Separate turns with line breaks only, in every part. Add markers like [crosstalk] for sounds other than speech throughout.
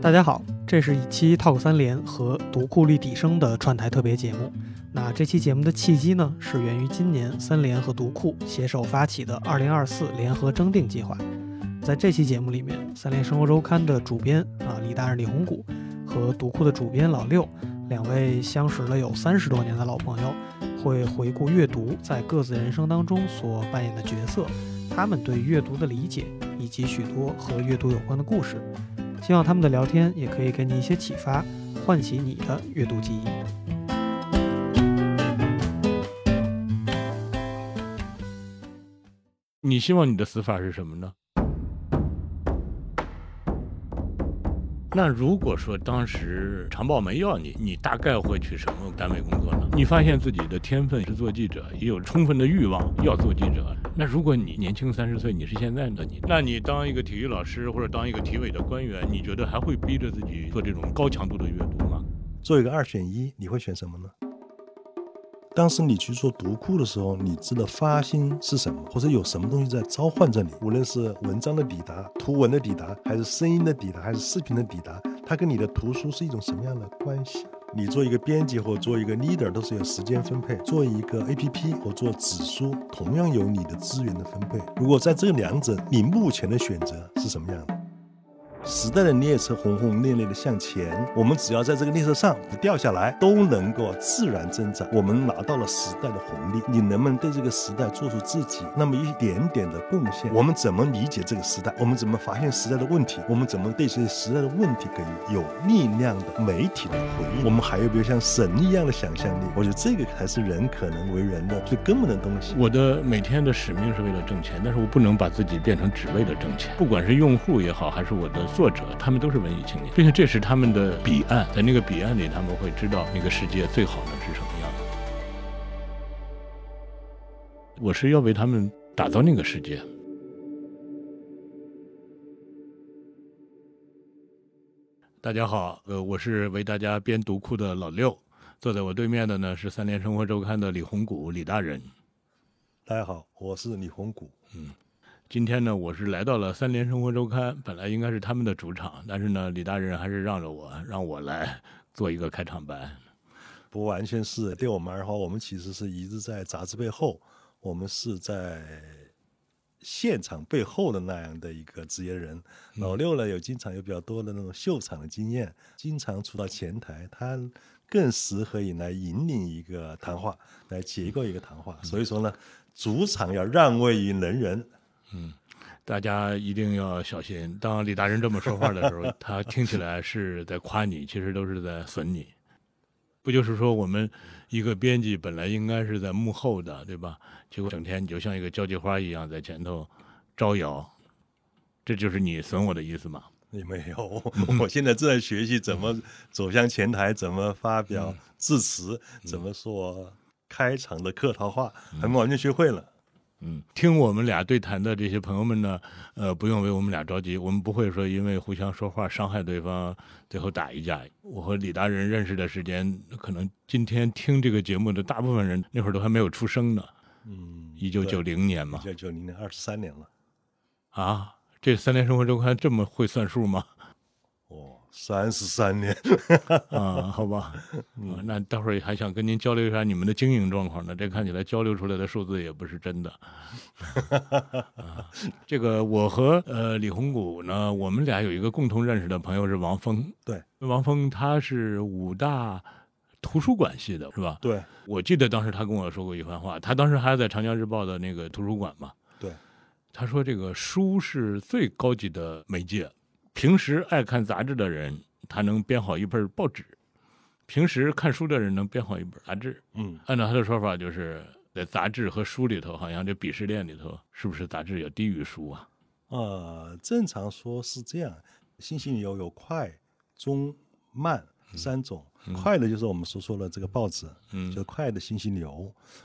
大家好，这是一期 Talk 三联和读库立体声的串台特别节目。那这期节目的契机呢，是源于今年三联和读库携手发起的2024联合征订计划。在这期节目里面，三联生活周刊的主编啊李大任、李红谷和读库的主编老六，两位相识了有三十多年的老朋友，会回顾阅读在各自人生当中所扮演的角色，他们对阅读的理解，以及许多和阅读有关的故事。希望他们的聊天也可以给你一些启发，唤起你的阅读记忆。
你希望你的死法是什么呢？那如果说当时长报没要你，你大概会去什么单位工作呢？你发现自己的天分是做记者，也有充分的欲望要做记者。那如果你年轻三十岁，你是现在的你，那你当一个体育老师或者当一个体委的官员，你觉得还会逼着自己做这种高强度的阅读吗？
做一个二选一，你会选什么呢？当时你去做读库的时候，你知道发心是什么，或者有什么东西在召唤着你？无论是文章的抵达、图文的抵达，还是声音的抵达，还是视频的抵达，它跟你的图书是一种什么样的关系？你做一个编辑或做一个 leader 都是有时间分配，做一个 APP 或做纸书同样有你的资源的分配。如果在这两者，你目前的选择是什么样的？时代的列车轰轰烈烈地向前，我们只要在这个列车上不掉下来，都能够自然增长。我们拿到了时代的红利，你能不能对这个时代做出自己那么一点点的贡献？我们怎么理解这个时代？我们怎么发现时代的问题？我们怎么对这些时代的问题给予有力量的媒体的回应？我们还有没有像神一样的想象力？我觉得这个才是人可能为人的最根本的东西。
我的每天的使命是为了挣钱，但是我不能把自己变成只为了挣钱。不管是用户也好，还是我的作者，他们都是文艺青年，并且这是他们的彼岸，在那个彼岸里，他们会知道那个世界最好的是什么样的。我是要为他们打造那个世界。大家好，呃，我是为大家编读库的老六，坐在我对面的呢是三联生活周刊的李红谷李大人。
大家好，我是李红谷。
今天呢，我是来到了三联生活周刊，本来应该是他们的主场，但是呢，李大人还是让着我，让我来做一个开场白。 [laughs]
不完全是对我们而言的话，我们其实是一直在杂志背后，我们是在现场背后的那样的一个职业人。老六呢，有经常有比较多的那种秀场的经验，经常出到前台，他更适合于来引领一个谈话，来结构一个谈话。所以说呢，主场要让位于能人。
大家一定要小心，当李大人这么说话的时候，他听起来是在夸你，其实都是在损你。不就是说，我们一个编辑本来应该是在幕后的，对吧？结果整天你就像一个交际花一样在前头招摇，这就是你损我的意思吗？
[laughs] 也没有，我现在正在学习怎么走向前台，怎么发表致辞，怎么说开场的客套话，还没完全学会了。
嗯，听我们俩对谈的这些朋友们呢，呃，不用为我们俩着急，我们不会说因为互相说话伤害对方，最后打一架。我和李达人认识的时间，可能今天听这个节目的大部分人那会儿都还没有出生呢，
嗯，
一九九零年嘛
一，九九零年，二十三年了。
啊，这《三联生活周刊》这么会算数吗？
哦，三十三年，
[laughs] 啊，好吧，啊那待会儿还想跟您交流一下你们的经营状况呢。这看起来交流出来的数字也不是真的。啊，这个我和呃李红谷呢，我们俩有一个共同认识的朋友是王峰。
对，
王峰他是武大图书馆系的，是吧？
对
我记得当时他跟我说过一番话，他当时还在长江日报的那个图书馆嘛。
对，
他说这个书是最高级的媒介，平时爱看杂志的人，他能编好一本报纸；平时看书的人能编好一本杂志。
嗯，
按照他的说法，就是在杂志和书里头，好像这鄙视链里头，是不是杂志要低于书啊？
呃，正常说是这样，信息流有快、中、慢三种。快的就是我们所说的这个报纸，
嗯
就是快的信息流；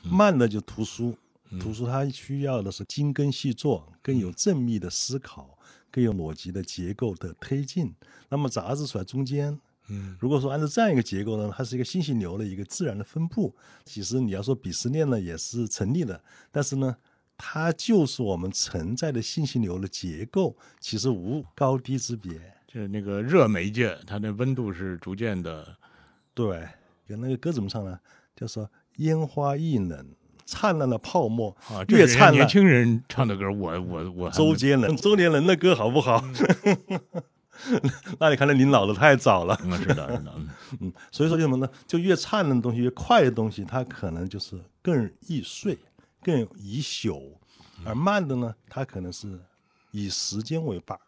慢的就是图书，图书它需要的是精耕细作，更有缜密的思考，更有逻辑的结构的推进。那么杂志处在中间，
嗯
如果说按照这样一个结构呢，它是一个信息流的一个自然的分布。其实你要说鄙视链呢，也是成立的，但是呢，它就是我们存在的信息流的结构，其实无高低之别。
就是那个热媒介，它的温度是逐渐的，
对，有那个歌怎么唱呢？就说烟花易冷，灿烂的泡沫
啊，这
越
是人
灿
年
烂。
轻啊人唱的歌，我我我还
周杰伦，周杰伦的歌好不好？
嗯
[laughs] 那你看来您老的太早了，
嗯，是的，是的，嗯
嗯，所以说就什么呢？就越灿烂的东西，越快的东西，它可能就是更易碎、更易朽，
嗯
而慢的呢，它可能是以时间为伴儿。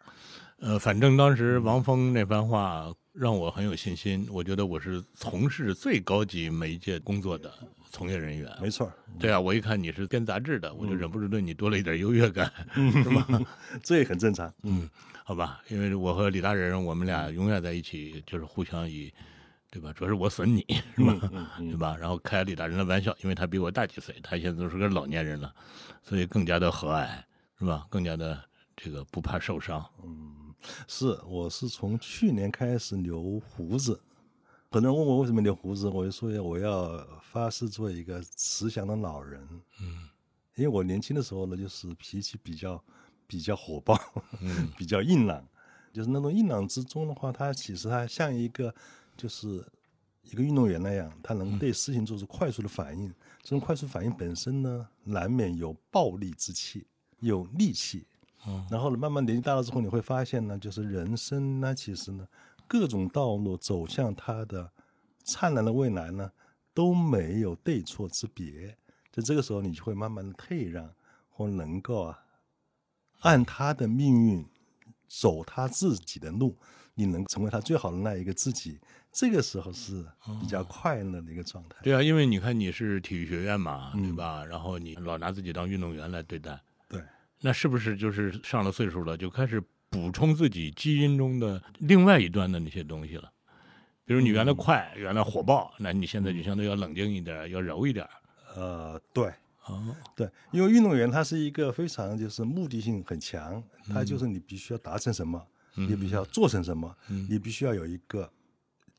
呃，反正当时王峰那番话让我很有信心，我觉得我是从事最高级媒介工作的从业人员。
没错儿，
对啊，我一看你是编杂志的，我就忍不住对你多了一点优越感， [laughs]
这也很正常。
好吧？因为我和李大人，我们俩永远在一起，就是互相以，对吧？主要是我损你，是吧？对吧？然后开李大人的玩笑，因为他比我大几岁，他现在都是个老年人了，所以更加的和蔼，是吧？更加的这个不怕受伤。
是，我是从去年开始留胡子。很多人问我为什么留胡子，我就说我要发誓做一个慈祥的老人。嗯，因为我年轻的时候呢，就是脾气比较比较火爆， [laughs] 比较硬朗，就是那种硬朗之中的话，他其实他像一个就是一个运动员那样，他能对事情做出快速的反应。这种快速反应本身呢，难免有暴力之气，有戾气。然后呢，慢慢年纪大了之后，你会发现呢，就是人生呢，其实呢，各种道路走向它的灿烂的未来呢，都没有对错之别。在这个时候，你就会慢慢的退让，或能够啊，按他的命运走他自己的路，你能成为他最好的那一个自己。这个时候是比较快乐的一个状态。
对啊，因为你看你是体育学院嘛，对吧？然后你老拿自己当运动员来对待，
对，
那是不是就是上了岁数了，就开始补充自己基因中的另外一端的那些东西了？比如你原来快，原来火爆，那你现在就相对要冷静一点，要柔一点。
呃，对，
哦，
对，因为运动员他是一个非常就是目的性很强，他就是你必须要达成什么，
嗯
你必须要做成什么，你必须要有一个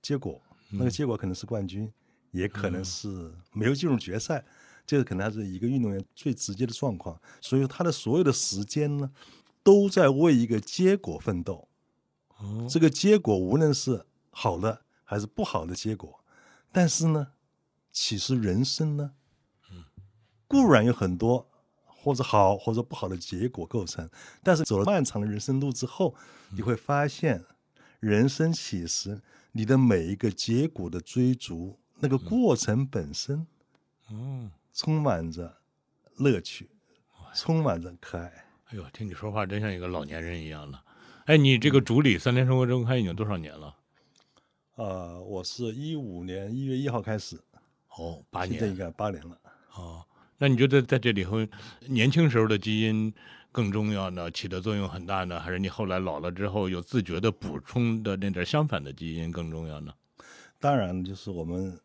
结果，那个结果可能是冠军，也可能是没有进入决赛，这个可能还是一个运动员最直接的状况。所以说他的所有的时间呢，都在为一个结果奋斗。
哦
这个结果无论是好的还是不好的结果，但是呢，其实人生呢，
嗯
固然有很多或者好或者不好的结果构成，但是走了漫长的人生路之后，
嗯
你会发现，人生其实你的每一个结果的追逐，那
嗯
个过程本身
哦，
充满着乐趣，充满着可爱。
哎呦，听你说话真像一个老年人一样了。哎，你这个主理《三联生活周刊》已经多少年了？
呃，我是一五年一月一号开始，
哦，八
现在
年
应。该八年了。
哦，那你觉得在这里头，年轻时候的基因更重要呢，起的作用很大呢，还是你后来老了之后有自觉的补充的那点相反的基因更重要呢？
当然，就是我们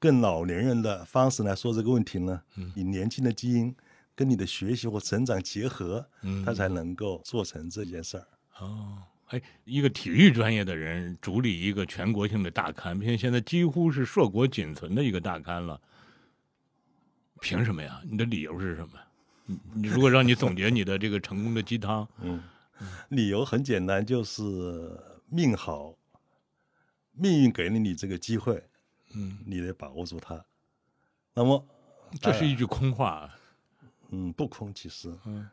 更老年人的方式来说这个问题呢，你年轻的基因跟你的学习或成长结合，它才能够做成这件事儿。
哦，哎，一个体育专业的人主理一个全国性的大刊，并且现在几乎是硕果仅存的一个大刊了，凭什么呀？你的理由是什么？你你如果让你总结你的这个成功的鸡汤，
嗯理由很简单，就是命好，命运给了你这个机会，
嗯，
你得把握住它。那么，
这是一句空话。
嗯，不空其实，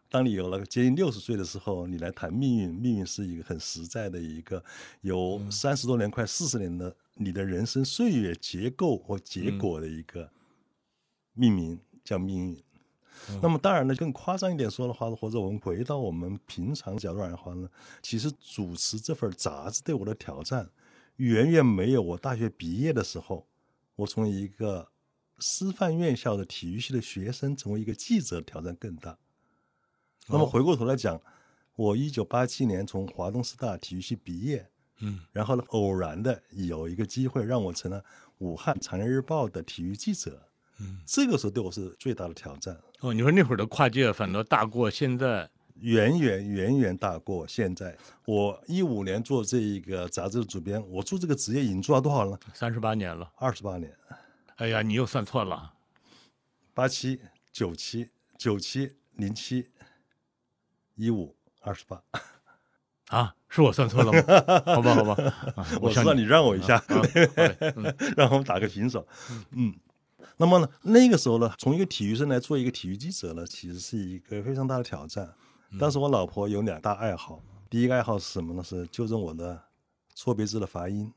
当你有了接近六十岁的时候，你来谈命运，命运是一个很实在的一个有三十多年、快四十年的你的人生岁月结构或结果的一个命名，叫命运。那么当然呢，更夸张一点说的话，或者我们回到我们平常角度来的话呢，其实主持这份杂志对我的挑战，远远没有我大学毕业的时候，我从一个师范院校的体育系的学生成为一个记者的挑战更大。那么回过头来讲，我一九八七年从华东师大体育系毕业，
嗯，
然后呢，偶然的有一个机会让我成了武汉《长江日报》的体育记者，嗯，这个时候对我是最大的挑战。
哦，你说那会儿的跨界反倒大过现在。
远远远远大过现在。我一五年做这一个杂志的主编，我做这个职业已经做了多少了？
三十八年了，
二十八年，
哎呀，你又算错了。啊
八七、九七、九七、零七、一五、二十八，
啊，是我算错了吗？ [laughs] 好吧，好吧，啊
我知
向
道你让我一下
啊，啊好 [laughs] 嘞嗯
让我们打个平手。嗯，那么呢，那个时候呢，从一个体育生来做一个体育记者呢，其实是一个非常大的挑战。当时我老婆有两大爱好，第一个爱好是什么呢？是纠正我的错别字的发音。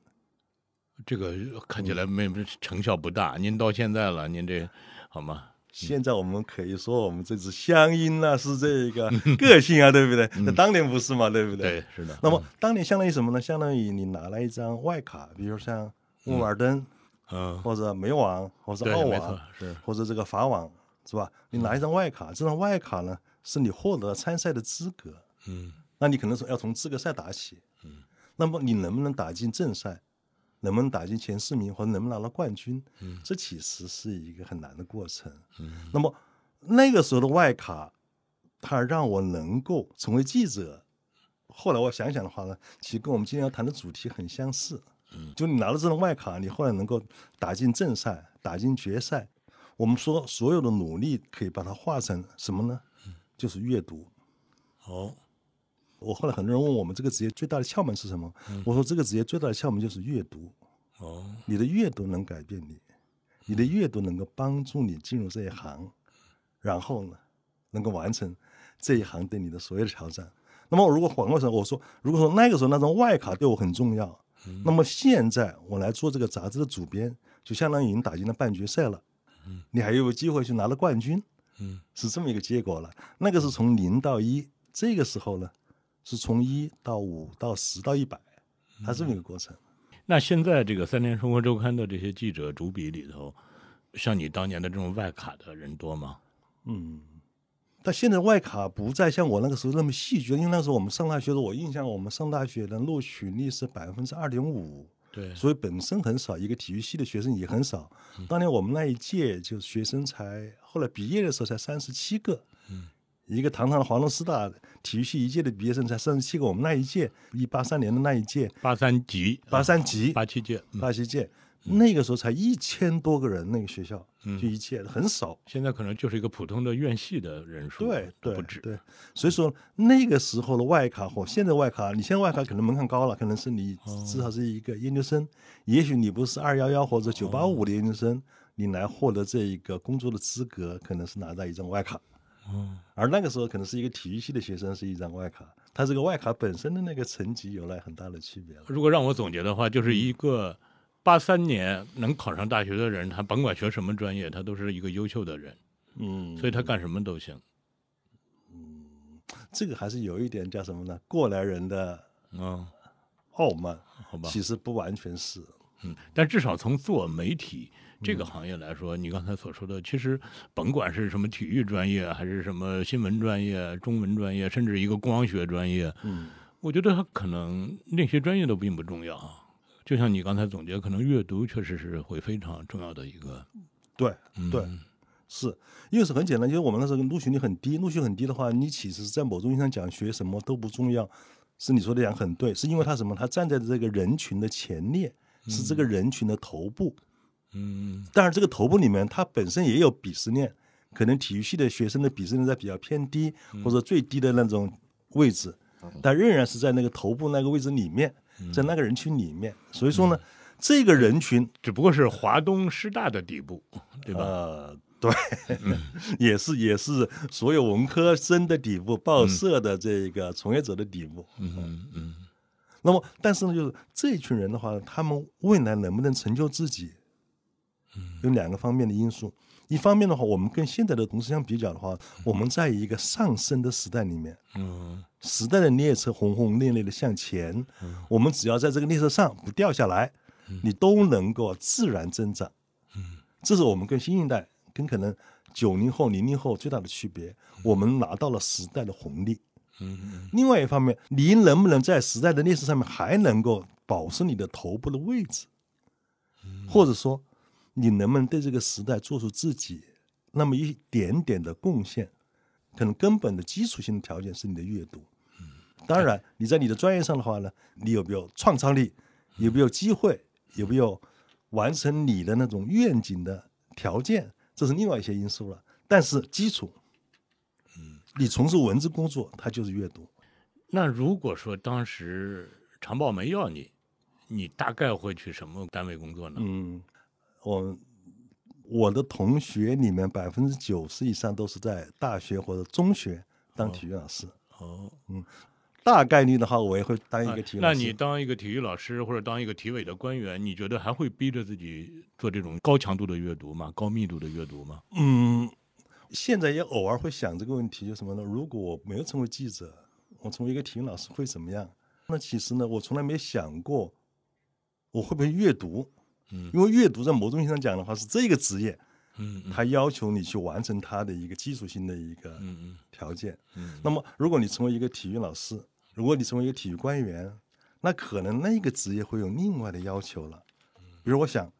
这个看起来没成效不大，您到现在了，您这好吗？
现在我们可以说我们这是乡音啊，是这 [laughs] 个个性啊，对不对？那当年不是嘛，对不对？嗯
对，是的。
那么当年相当于什么呢？相当于你拿了一张外卡，比如像乌马尔登
嗯，
或者美网或者
对
澳，
没
网
错，，是
或者这个法网是吧？你拿一张外卡，这张外卡呢是你获得参赛的资格，
嗯
那你可能是要从资格赛打起。嗯，那么你能不能打进正赛，能不能打进前四名，或者能不能拿到冠军？嗯，这其实是一个很难的过程。嗯，那么那个时候的外卡，它让我能够成为记者。后来我想想的话呢，其实跟我们今天要谈的主题很相似。嗯，就你拿了这张外卡，你后来能够打进正赛，打进决赛。我们说所有的努力可以把它化成什么呢？就是阅读。
哦，
我后来很多人问我们这个职业最大的窍门是什么？我说这个职业最大的窍门就是阅读，
哦，
你的阅读能改变你，你的阅读能够帮助你进入这一行，然后呢，能够完成这一行对你的所有的挑战。那么如果反过来，我说，如果说那个时候那张外卡对我很重要，那么现在我来做这个杂志的主编，就相当于已经打进了半决赛了，你还有机会去拿了冠军。
嗯，
是这么一个结果了。那个是从零到一，这个时候呢，是从一到五到十到一百，它这么一个过程。
那现在这个《三联生活周刊》的这些记者主笔里头，像你当年的这种外卡的人多吗？
嗯，但现在外卡不再像我那个时候那么戏剧，因为那时候我们上大学的时候，我印象我们上大学的录取率是百分之二点五。
对
所以本身很少，一个体育系的学生也很少。当年我们那一届就学生才，后来毕业的时候才三十七个。一个堂堂的华东师大体育系一届的毕业生才三十七个，我们那一届一八三年的那一届
八三级，
八三级
八七届，嗯嗯
八七届，那个时候才一千多个人，那个学校就一届很少。
现在可能就是一个普通的院系的人数，
对
都
对
不止。
对，所以说那个时候的外卡或现在的外卡，你现在外卡可能门槛高了，可能是你至少是一个研究生，也许你不是二幺幺或者九八五的研究生，你来获得这一个工作的资格，可能是拿到一张外卡。
哦，
而那个时候可能是一个体育系的学生是一张外卡，他这个外卡本身的那个层级有了很大的区别了。
如果让我总结的话，就是一个八三年能考上大学的人，他甭管学什么专业，他都是一个优秀的人，
嗯，
所以他干什么都行。
这个还是有一点叫什么呢？过来人的
嗯，
傲慢，
好吧。
其实不完全是。
嗯，但至少从做媒体这个行业来说，你刚才所说的，其实甭管是什么体育专业，还是什么新闻专业、中文专业，甚至一个光学专业，
嗯，
我觉得它可能那些专业都并不重要啊。就像你刚才总结，可能阅读确实是会非常重要的一个。
对
嗯、
对，是，因为是很简单，就是我们那时候录取率很低，录取很低的话，你其实在某种意义上讲学什么都不重要，是你说的讲很对，是因为他什么？他站在这个人群的前列，是这个人群的头部。
嗯，
当然，这个头部里面它本身也有鄙视链，可能体育系的学生的鄙视链在比较偏低
嗯
或者最低的那种位置，但仍然是在那个头部那个位置里面，
嗯
在那个人群里面。所以说呢，这个人群
只不过是华东师大的底部，对吧？
呃，对，也是也是所有文科生的底部，报社的这个从业者的底部。
嗯嗯
那么，但是呢，就是这一群人的话，他们未来能不能成就自己，
嗯
有两个方面的因素。一方面的话，我们跟现在的同事相比较的话，我们在一个上升的时代里面，
嗯
时代的列车轰轰烈烈的向前，我们只要在这个列车上不掉下来，你都能够自然增长。这是我们跟新一代、跟可能九零后、零零后最大的区别，我们拿到了时代的红利。
嗯
另外一方面，你能不能在时代的历史上面还能够保持你的头部的位置，或者说，你能不能对这个时代做出自己那么一点点的贡献？可能根本的基础性的条件是你的阅读。当然，你在你的专业上的话呢，你有没有创造力，有没有机会，有没有完成你的那种愿景的条件，这是另外一些因素了。但是基础，你从事文字工作，它就是阅读。
那如果说当时长报没要你，你大概会去什么单位工作呢？
嗯，我我的同学里面百分之九十以上都是在大学或者中学当体育老师，
哦，
大概率的话，我也会当一
啊
个体育
那
老
你
师。
当一个体育老师或者当一个体委的官员，你觉得还会逼着自己做这种高强度的阅读吗？高密度的阅读吗？
嗯，现在也偶尔会想这个问题，就什么呢？如果我没有成为记者，我成为一个体育老师会怎么样？那其实呢，我从来没想过我会不会阅读，
嗯
因为阅读在某种意义上讲的话，是这个职业
嗯嗯
它要求你去完成它的一个技术性的一个
嗯
条件。
嗯
那么，如果你成为一个体育老师，如果你成为一个体育官员，那可能那个职业会有另外的要求了。比如，我想，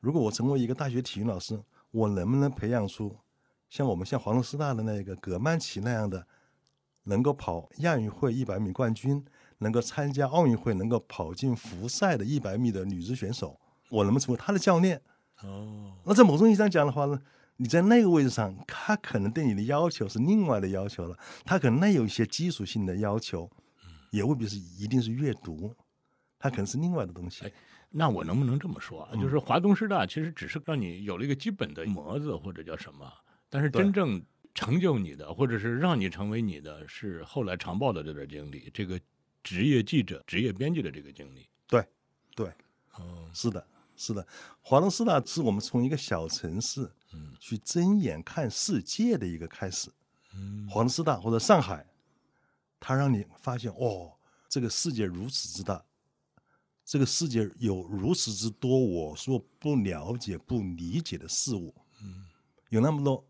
如果我成为一个大学体育老师，我能不能培养出像我们像华东师大的那个葛曼棋那样的，能够跑亚运会一百米冠军，能够参加奥运会，能够跑进复赛的一百米的女子选手，我能不能成为她的教练？
嗯哦，
那在某种意义上讲的话呢，你在那个位置上，他可能对你的要求是另外的要求了，他可能那有一些基础性的要求，也未必是一定是阅读，他可能是另外的东西。
那我能不能这么说啊？就是华东师大其实只是让你有了一个基本的模子或者叫什么，但是
对
真正成就你的，或者是让你成为你的，是后来长报的这段经历，这个职业记者、职业编辑的这个经历。
对，对，
哦，
是的，是的。华东师大是我们从一个小城市
嗯
去睁眼看世界的一个开始。
嗯
华东师大或者上海，它让你发现哦，这个世界如此之大，这个世界有如此之多我所不了解、不理解的事物，
嗯
有那么多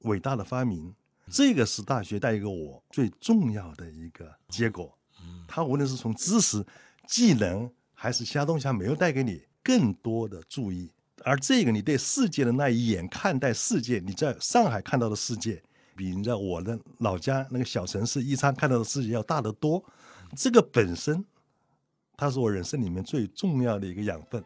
伟大的发明，这个是大学带给我最重要的一个结果。
嗯
它无论是从知识、技能，还是其他东西，它没有带给你更多的注意。而这个，你对世界的那一眼看待世界，你在上海看到的世界，比你在我的老家那个小城市宜昌看到的世界要大得多。这个本身，它是我人生里面最重要的一个养分。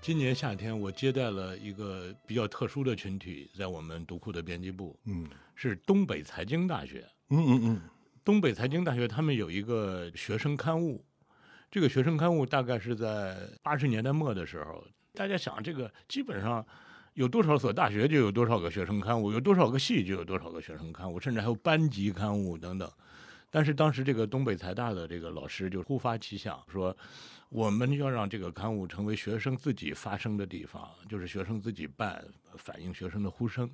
今年夏天，我接待了一个比较特殊的群体，在我们读库的编辑部，
嗯
是东北财经大学。
嗯嗯嗯，
东北财经大学他们有一个学生刊物，这个学生刊物大概是在八十年代末的时候，大家想这个基本上有多少所大学就有多少个学生刊物，有多少个系就有多少个学生刊物，甚至还有班级刊物等等。但是当时这个东北财大的这个老师就突发奇想说，我们要让这个刊物成为学生自己发声的地方，就是学生自己办，反映学生的呼声。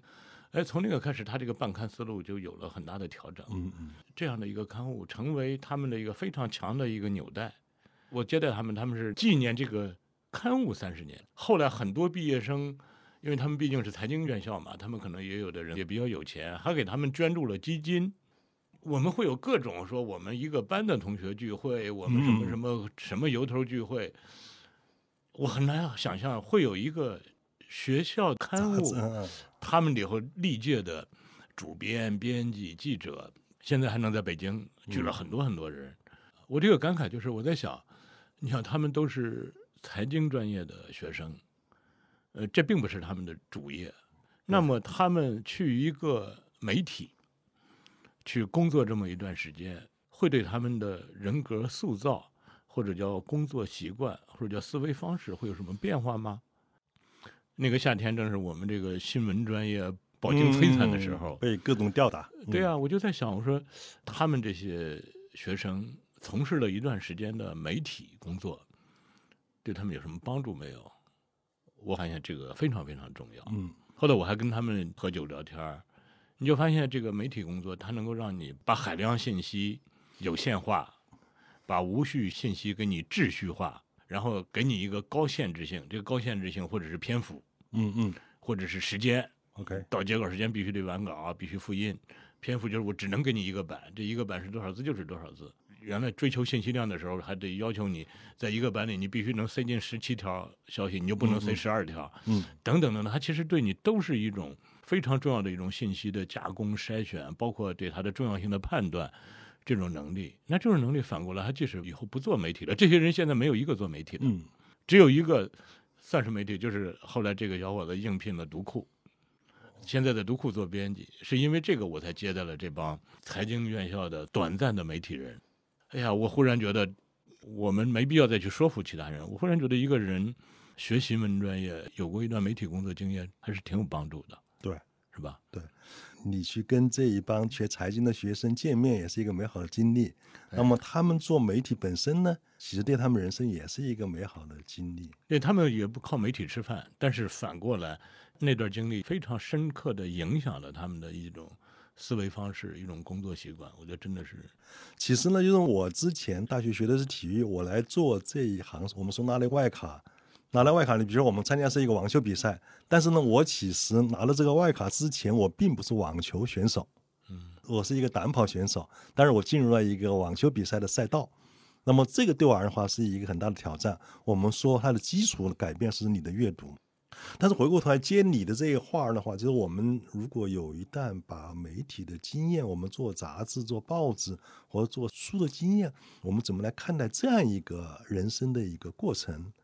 哎，从那个开始，他这个办刊思路就有了很大的调整。
嗯嗯，
这样的一个刊物，成为他们的一个非常强的一个纽带。我接待他们，他们是纪念这个刊物三十年。后来很多毕业生，因为他们毕竟是财经院校嘛，他们可能也有的人也比较有钱，还给他们捐助了基金。我们会有各种说，我们一个班的同学聚会，我们什么
嗯
什么什么由头聚会，我很难想象会有一个学校刊物
杂志嗯嗯
他们里头历届的主编、编辑、记者，现在还能在北京聚了很多很多人。我这个感慨就是，我在想，你想他们都是财经专业的学生，呃，这并不是他们的主业。那么他们去一个媒体去工作这么一段时间，会对他们的人格塑造，或者叫工作习惯，或者叫思维方式，会有什么变化吗？那个夏天正是我们这个新闻专业饱经摧残的时候
嗯，被各种吊打。
对啊，我就在想，我说他们这些学生从事了一段时间的媒体工作，对他们有什么帮助没有？我发现这个非常非常重要。
嗯，
后来我还跟他们喝酒聊天儿，你就发现这个媒体工作，它能够让你把海量信息有限化，把无序信息给你秩序化，然后给你一个高限制性，这个高限制性或者是篇幅，
嗯嗯
或者是时间，
，OK，
到截稿时间必须得完稿，啊必须复印，篇幅就是我只能给你一个版，这一个版是多少字就是多少字。原来追求信息量的时候，还得要求你在一个版里你必须能塞进十七条消息，你就不能塞十二条，
嗯
等等等等，它其实对你都是一种非常重要的一种信息的加工筛选，包括对它的重要性的判断，这种能力。那这种能力反过来，他即使以后不做媒体了，这些人现在没有一个做媒体的，
嗯，
只有一个算是媒体，就是后来这个小伙子应聘了读库，现在在读库做编辑，是因为这个我才接待了这帮财经院校的短暂的媒体人。哎呀，我忽然觉得我们没必要再去说服其他人，我忽然觉得一个人学习文专业，有过一段媒体工作经验，还是挺有帮助的，
对。
是吧？
你去跟这一帮学财经的学生见面，也是一个美好的经历。
哎
那么他们做媒体本身呢，其实对他们人生也是一个美好的经历。
对他们也不靠媒体吃饭，但是反过来，那段经历非常深刻的影响了他们的一种思维方式、一种工作习惯。我觉得真的是
其实呢，就是我之前大学学的是体育，我来做这一行，我们说拿了外卡，拿了外卡，你比如说我们参加是一个网球比赛，但是呢，我其实拿了这个外卡之前，我并不是网球选手，嗯，我是一个短跑选手，但是我进入了一个网球比赛的赛道。那么这个对我而言的话是一个很大的挑战。我们说它的基础的改变是你的阅读，但是回过头来接你的这一话儿的话，就是我们如果有一旦把媒体的经验，我们做杂志、做报纸或者做书的经验，我们怎么来看待这样一个人生的一个过程？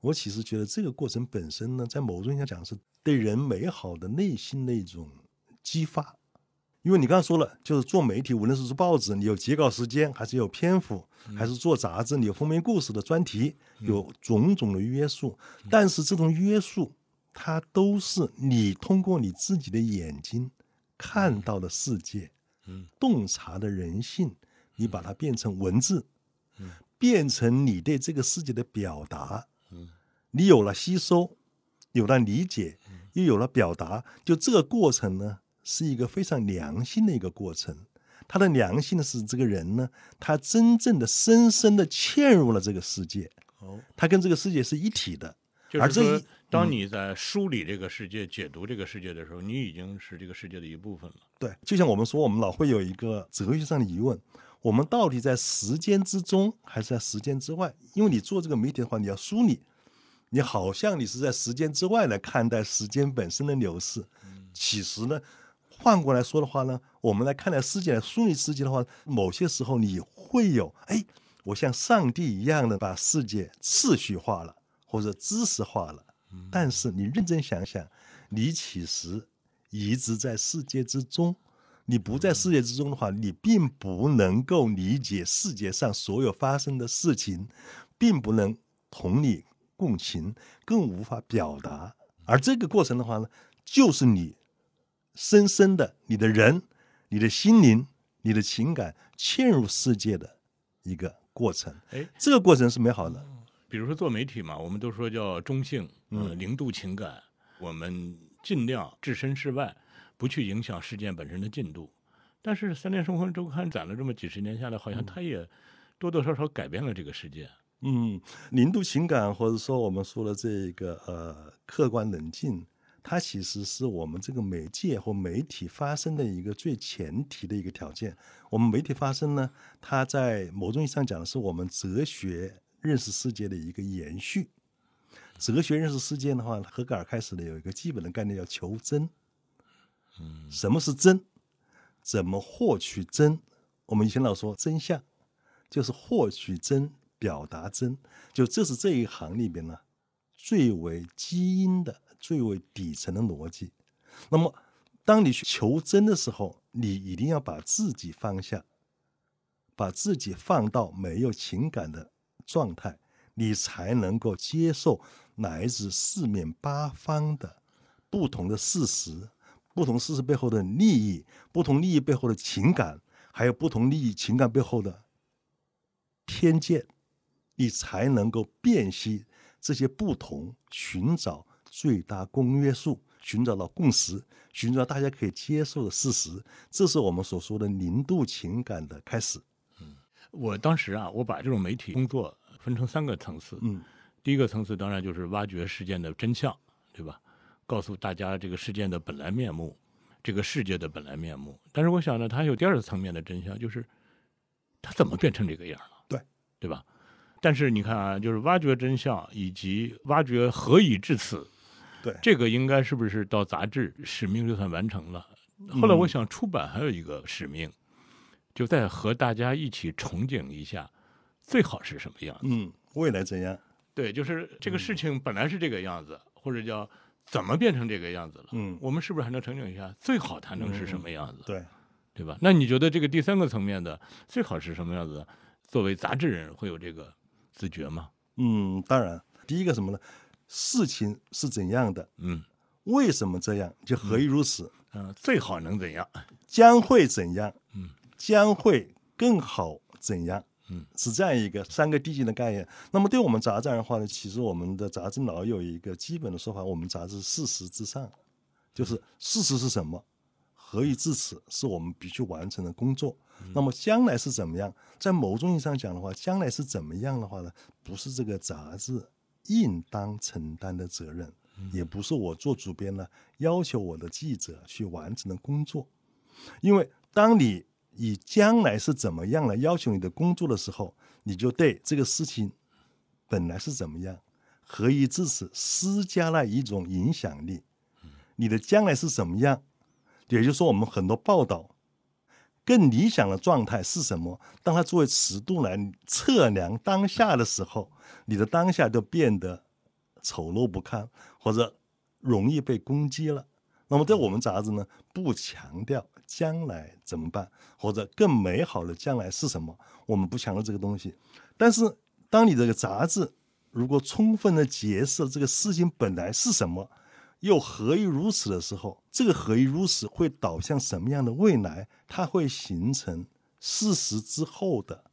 我其实觉得这个过程本身呢，在某种意义上讲是对人美好的内心的一种激发。因为你刚才说了，就是做媒体，无论是做报纸，你有截稿时间，还是有篇幅，还是做杂志，你有封面故事的专题，有种种的约束。但是这种约束，它都是你通过你自己的眼睛看到的世界，
嗯，
洞察的人性，你把它变成文字，变成你对这个世界的表达，你有了吸收，有了理解，又有了表达，就这个过程呢，是一个非常良性的一个过程。他的良性呢，是这个人呢，他真正的深深的嵌入了这个世界，
哦，
他跟这个世界是一体的。
就
而
是
这
说
一，
当你在梳理这个世界、解读这个世界的时候，你已经是这个世界的一部分了。
对，就像我们说，我们老会有一个哲学上的疑问：我们到底在时间之中，还是在时间之外？因为你做这个媒体的话，你要梳理，你好像你是在时间之外来看待时间本身的流逝。其实呢，换过来说的话呢，我们来看待世界、来梳理世界的话，某些时候你会有，哎，我像上帝一样的把世界秩序化了，或者知识化了。但是你认真想想，你其实一直在世界之中。你不在世界之中的话，你并不能够理解世界上所有发生的事情，并不能同理共情，更无法表达。而这个过程的话呢，就是你深深的你的人、你的心灵、你的情感嵌入世界的一个过程。
哎，
这个过程是美好的。
比如说做媒体嘛，我们都说叫中性，嗯，零度情感，我们尽量置身事外，不去影响事件本身的进度。但是《三联生活周刊》攒了这么几十年下来，好像它也多多少少改变了这个世界。
嗯，零度情感，或者说我们说的这个呃客观冷静，它其实是我们这个媒介或媒体发生的一个最前提的一个条件。我们媒体发生呢，它在某种意义上讲的是我们哲学认识世界的一个延续。哲学认识世界的话，黑格尔开始的有一个基本的概念叫求真。嗯，什么是真？怎么获取真？我们以前老说真相。就是获取真、表达真，就这是这一行里边呢最为基因的、最为底层的逻辑。那么，当你去求真的时候，你一定要把自己放下，把自己放到没有情感的状态，你才能够接受来自四面八方的不同的事实、不同事实背后的利益、不同利益背后的情感，还有不同利益情感背后的偏见，你才能够辨析这些不同，寻找最大公约数，寻找到共识，寻找到大家可以接受的事实。这是我们所说的零度情感的开始。
我当时啊，我把这种媒体工作分成三个层次。
嗯，
第一个层次当然就是挖掘事件的真相，对吧？告诉大家这个事件的本来面目，这个世界的本来面目。但是我想呢，它还有第二层面的真相，就是它怎么变成这个样了？
对，
对吧？但是你看啊，就是挖掘真相以及挖掘何以至此，
对
这个应该是不是到杂志使命就算完成了？后来我想，出版还有一个使命，就再和大家一起憧憬一下，最好是什么样子。
嗯，未来怎样？
对，就是这个事情本来是这个样子，或者叫怎么变成这个样子了。
嗯
我们是不是还能憧憬一下最好它能是什么样子，
对，
对吧？那你觉得这个第三个层面的最好是什么样子？作为杂志人会有这个自觉吗？
嗯，当然，第一个什么呢？事情是怎样的？
嗯
为什么这样？就何以如此？
嗯、呃最好能怎样？
将会怎样？
嗯，
将会更好怎样？
嗯，
是这样一个三个递进的概念。那么对我们杂志的话呢，其实我们的杂志老有一个基本的说法，我们杂志事实至上，就是事实是什么，何以至此，是我们必须完成的工作。那么将来是怎么样？在某种意义上讲的话，将来是怎么样的话呢？不是这个杂志应当承担的责任，也不是我做主编呢要求我的记者去完成的工作。因为当你以将来是怎么样来要求你的工作的时候，你就对这个事情本来是怎么样，何以至此施加了一种影响力。你的将来是怎么样？也就是说，我们很多报道更理想的状态是什么？当它作为尺度来测量当下的时候，你的当下就变得丑陋不堪，或者容易被攻击了。那么在我们杂志呢，不强调将来怎么办，或者更美好的将来是什么，我们不强调这个东西。但是，当你这个杂志如果充分的揭示了这个事情本来是什么，又何以如此的时候，这个何以如此会导向什么样的未来？它会形成事实之后的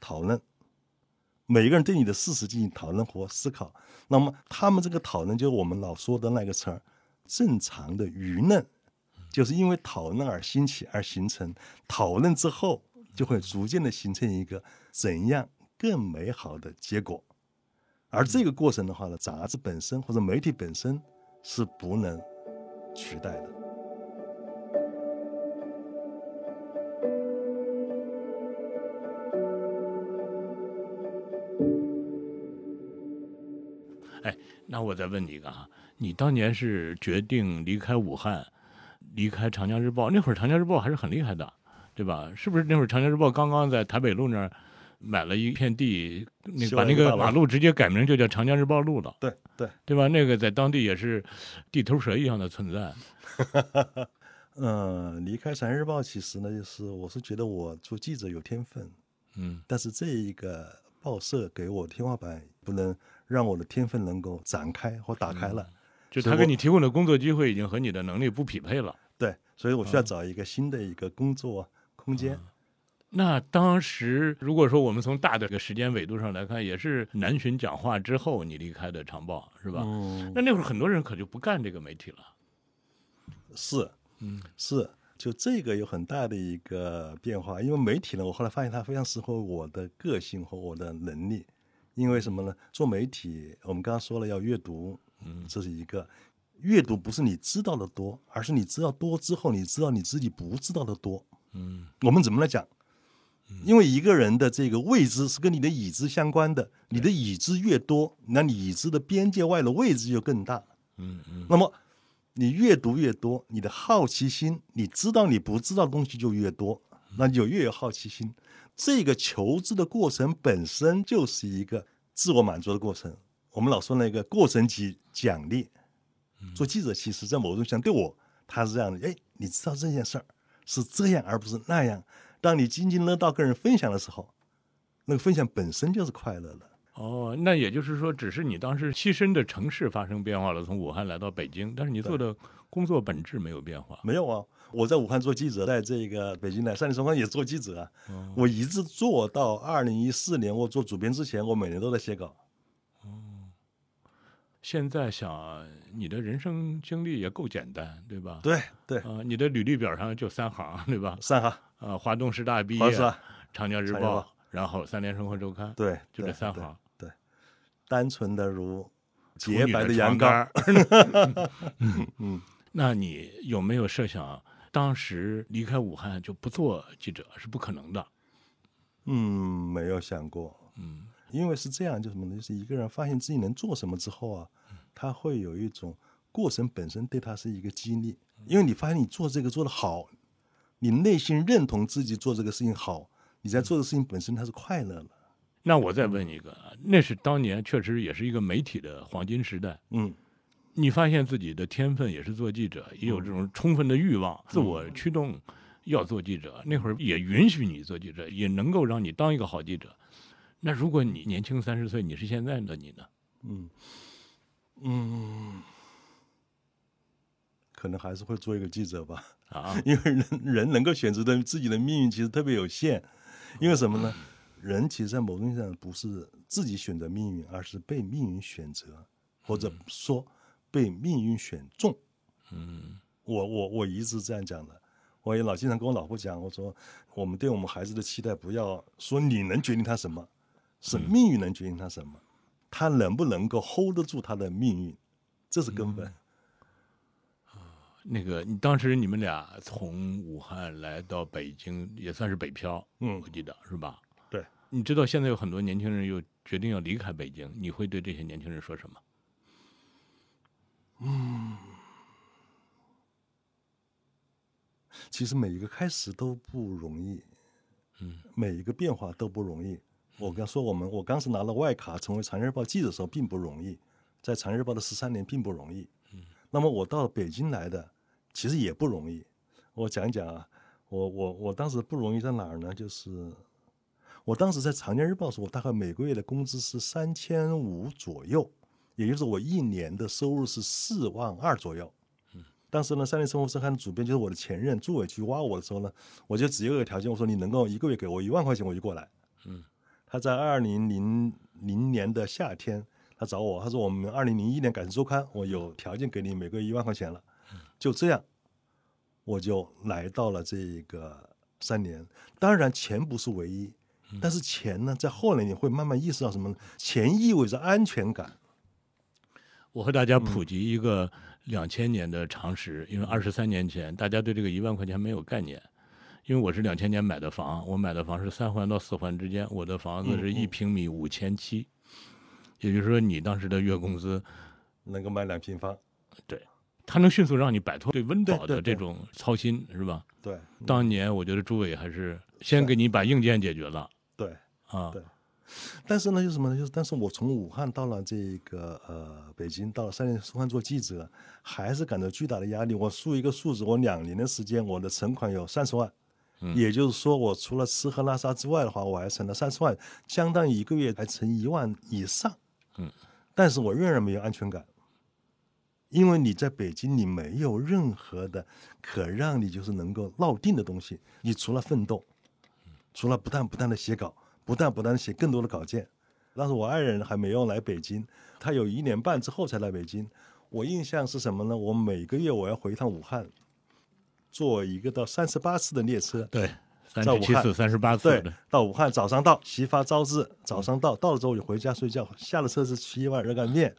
讨论。每个人对你的事实进行讨论和思考，那么他们这个讨论就是我们老说的那个词儿，正常的舆论，就是因为讨论而兴起而形成，讨论之后就会逐渐的形成一个怎样更美好的结果。而这个过程的话呢，杂志本身或者媒体本身是不能取代的。
那我再问你一个啊，你当年是决定离开武汉，离开长江日报，那会儿长江日报还是很厉害的，对吧？是不是那会儿长江日报刚刚在台北路那儿买了一片地，那
修
把
了
那
一个
个
大楼
马路直接改名就叫长江日报路了，
对对，
对吧？那个在当地也是地头蛇一样的存在。
嗯、离开《长安日报》其实呢，就是我是觉得我做记者有天分，
嗯
但是这一个报社给我天花板，不能让我的天分能够展开或打开了。
就
所以
他给
我
你提供的工作机会已经和你的能力不匹配了。
对，所以我
嗯
需要找一个新的一个工作空间。
那当时如果说我们从大的这个时间纬度上来看，也是南巡讲话之后你离开的长报，是吧？
嗯，
那那会儿很多人可就不干这个媒体了。
是
嗯
是，就这个有很大的一个变化，因为媒体呢，我后来发现它非常适合我的个性和我的能力。因为什么呢？做媒体，我们刚刚说了要阅读，
嗯
这是一个。阅读不是你知道的多，而是你知道多之后，你知道你自己不知道的多。
嗯
我们怎么来讲？因为一个人的这个未知是跟你的已知相关的，你的已知越多，那你已知的边界外的位置就更大。
嗯嗯
那么你阅读越多，你的好奇心，你知道你不知道的东西就越多，那你就越有好奇心。这个求知的过程本身就是一个自我满足的过程。我们老说那个过程即奖励。做记者其实，在某种上对我，他是这样的：哎，你知道这件事儿是这样，而不是那样。当你津津乐道跟人分享的时候，那个分享本身就是快乐的。
哦，那也就是说，只是你当时栖身的城市发生变化了，从武汉来到北京，但是你做的工作本质没有变化。
没有啊，我在武汉做记者，在这个北京来三里双方也做记者啊。
哦
我一直做到二零一四年，我做主编之前，我每年都在写稿。
现在想，你的人生经历也够简单，对吧？
对对，
啊、你的履历表上就三行，对吧？
三哈，
啊，华东师大毕
华
业，
师啊，
长江日
长江日
报
报，
然后三联生活周刊，
对，
就这
对
三
对
行，
单纯的如
处
洁
女
白
的
阳
床
光。
单儿。 [laughs]
嗯，
那你有没有设想，当时离开武汉就不做记者是不可能的？
嗯，没有想过，
嗯
因为是这样，就什么呢？就是一个人发现自己能做什么之后啊，他会有一种过程本身对他是一个激励，因为你发现你做这个做得好，你内心认同自己做这个事情好，你在做的事情本身它是快乐的。
那我再问一个，啊那是当年确实也是一个媒体的黄金时代，
嗯，
你发现自己的天分也是做记者，也有这种充分的欲望，自我驱动要做记者。那会儿也允许你做记者，也能够让你当一个好记者。那如果你年轻三十岁，你是现在的你呢？
嗯，嗯，可能还是会做一个记者吧，
啊，
因为人 [laughs] 人能够选择的自己的命运其实特别有限，因为什么呢？人其实，在某种意义上不是自己选择命运，而是被命运选择，或者说被命运选中。
嗯
我我我一直这样讲的，我也老经常跟我老婆讲，我说我们对我们孩子的期待，不要说你能决定他什么，是命运能决定他什么，他能不能够 hold 得住他的命运，这是根本。
那个，你当时你们俩从武汉来到北京，也算是北漂，
嗯
我记得是吧？
对，
你知道现在有很多年轻人又决定要离开北京，你会对这些年轻人说什么？
其实每一个开始都不容易，
嗯，
每一个变化都不容易。我刚说我们，我当时拿了外卡成为《长安日报》记者的时候并不容易，在《长安日报》的十三年并不容易。嗯，那么我到北京来的，其实也不容易。我讲一讲啊，我我我当时不容易在哪儿呢？就是我当时在《长安日报》的时候，我大概每个月的工资是三千五左右，也就是我一年的收入是四万二左右。当时呢，《三联生活周刊》的主编就是我的前任朱伟去挖我的时候呢，我就只有一个条件，我说你能够一个月给我一万块钱，我就过来。
嗯，
他在二零零零年的夏天，他找我，他说我们二零零一年《感情周刊》，我有条件给你每个月一万块钱了。就这样，我就来到了这个三联。当然，钱不是唯一，但是钱呢，在后来你会慢慢意识到什么呢？钱意味着安全感。
我和大
嗯
家普及一个两千年的常识，因为二十三年前大家对这个一万块钱没有概念。因为我是两千年买的房，我买的房是三环到四环之间，我的房
嗯
子是一平米五千七，也就是说你当时的月工资，
能够买两平方，
它能迅速让你摆脱对温饱
对
的
对
这种操心，是吧？
对
当年我觉得朱伟还是先给你把硬件解决了
对。
啊
对，但是呢，就是什么呢？就是但是我从武汉到了这个呃北京，到了三联书刊做记者，还是感到巨大的压力。我数一个数字，我两年的时间，我的存款有三十万，也就是说，我除了吃喝拉撒之外的话，我还存了三十万，相当于一个月还存一万以上。
嗯，
但是我仍然没有安全感。因为你在北京，你没有任何的可让你就是能够落定的东西，你除了奋斗，除了不断不断的写稿，不断不断的写更多的稿件。当时我爱人还没有来北京，他有一年半之后才来北京。我印象是什么呢？我每个月我要回一趟武汉，坐一个到三十八次的列车，
对，三
在武
十七
汉
次、三十八次
对
的，，
到武汉早上到，齐发招致，早上到，到了之后我就回家睡觉，下了车是吃一碗热干面，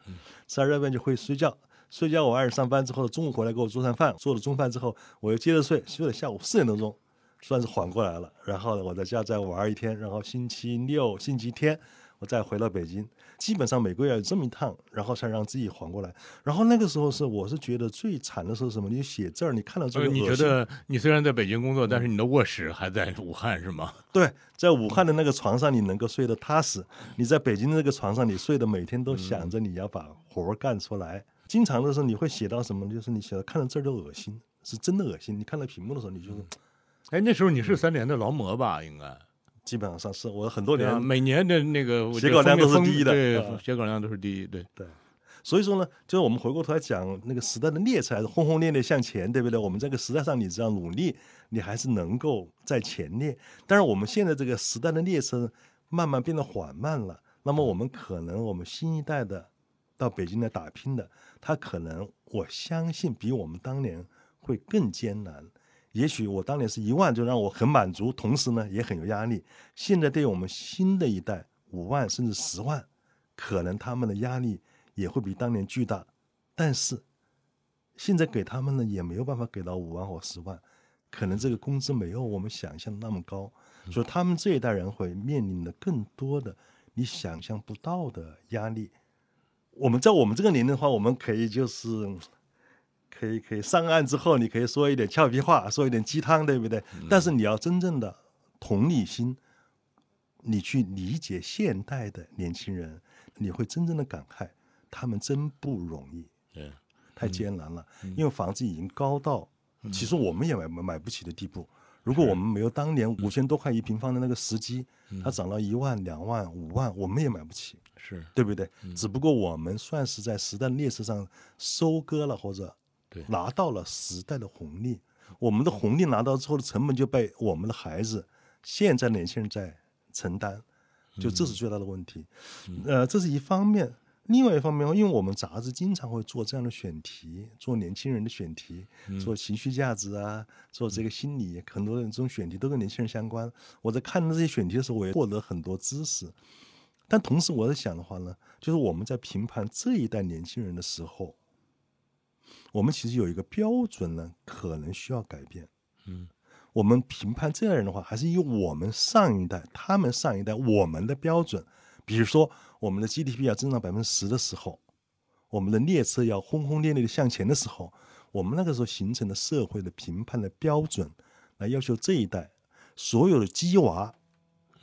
吃完热干面就回去睡觉。睡觉，我爱人上班之后，中午回来给我做上饭，做了中饭之后，我又接着睡，睡到下午四点多钟，算是缓过来了。然后呢，我在家再玩一天，然后星期六、星期天我再回到北京，基本上每个月有这么一趟，然后才让自己缓过来。然后那个时候是，我是觉得最惨的时候是什么？你写字儿，你看到这
所
个
以
恶心，
哎你觉得你虽然在北京工作，但是你的卧室还在武汉是吗？ [laughs]
对，在武汉的那个床上，你能够睡得踏实；你在北京的那个床上，你睡得每
嗯
天都想着你要把活儿干出来。经常的时候，你会写到什么？就是你写到看到字儿就恶心，是真的恶心。你看到屏幕的时候，你就是
哎，那时候你是三联的劳模吧？应该
基本上是我很多
对啊，
年，
每年的那个我
写
觉得
稿量
封面
都是第一的
对
啊，
写稿量都是第一，对，
所以说呢，就是我们回过头来讲那个时代的列车还是轰轰烈烈向前，对不对？我们这个时代上，你只要努力，你还是能够在前列。但是我们现在这个时代的列车慢慢变得缓慢了，那么我们可能我们新一代的到北京来打拼的，他可能我相信比我们当年会更艰难。也许我当年是一万就让我很满足，同时呢也很有压力。现在对于我们新的一代，五万甚至十万，可能他们的压力也会比当年巨大，但是现在给他们呢也没有办法给到五万或十万，可能这个工资没有我们想象的那么高，所以他们这一代人会面临的更多的你想象不到的压力。我们在我们这个年龄的话，我们可以就是可以可以上岸之后，你可以说一点俏皮话，说一点鸡汤，对不对？但是你要真正的同理心，你去理解现代的年轻人，你会真正的感慨，他们真不容易，
对，
太艰难了。因为房子已经高到，其实我们也买买不起的地步。如果我们没有当年五千多块一平方的那个时机，它涨到一万、两万、五万，我们也买不起。
是
对不对？只不过我们算是在时代的列车上收割了或者
对
拿到了时代的红利。我们的红利拿到之后的成本就被我们的孩子、现在的年轻人在承担，就这是最大的问题。呃，这是一方面。另外一方面，因为我们杂志经常会做这样的选题，做年轻人的选题，做情绪价值啊，做这个心理，很多的这种选题都跟年轻人相关。我在看这些选题的时候，我也获得很多知识。但同时我在想的话呢，就是我们在评判这一代年轻人的时候，我们其实有一个标准呢，可能需要改变。
嗯，
我们评判这代人的话，还是以我们上一代、他们上一代我们的标准，比如说我们的 GDP 要增长百分之十的时候，我们的列车要轰轰烈烈的向前的时候，我们那个时候形成的社会的评判的标准，来要求这一代所有的鸡娃，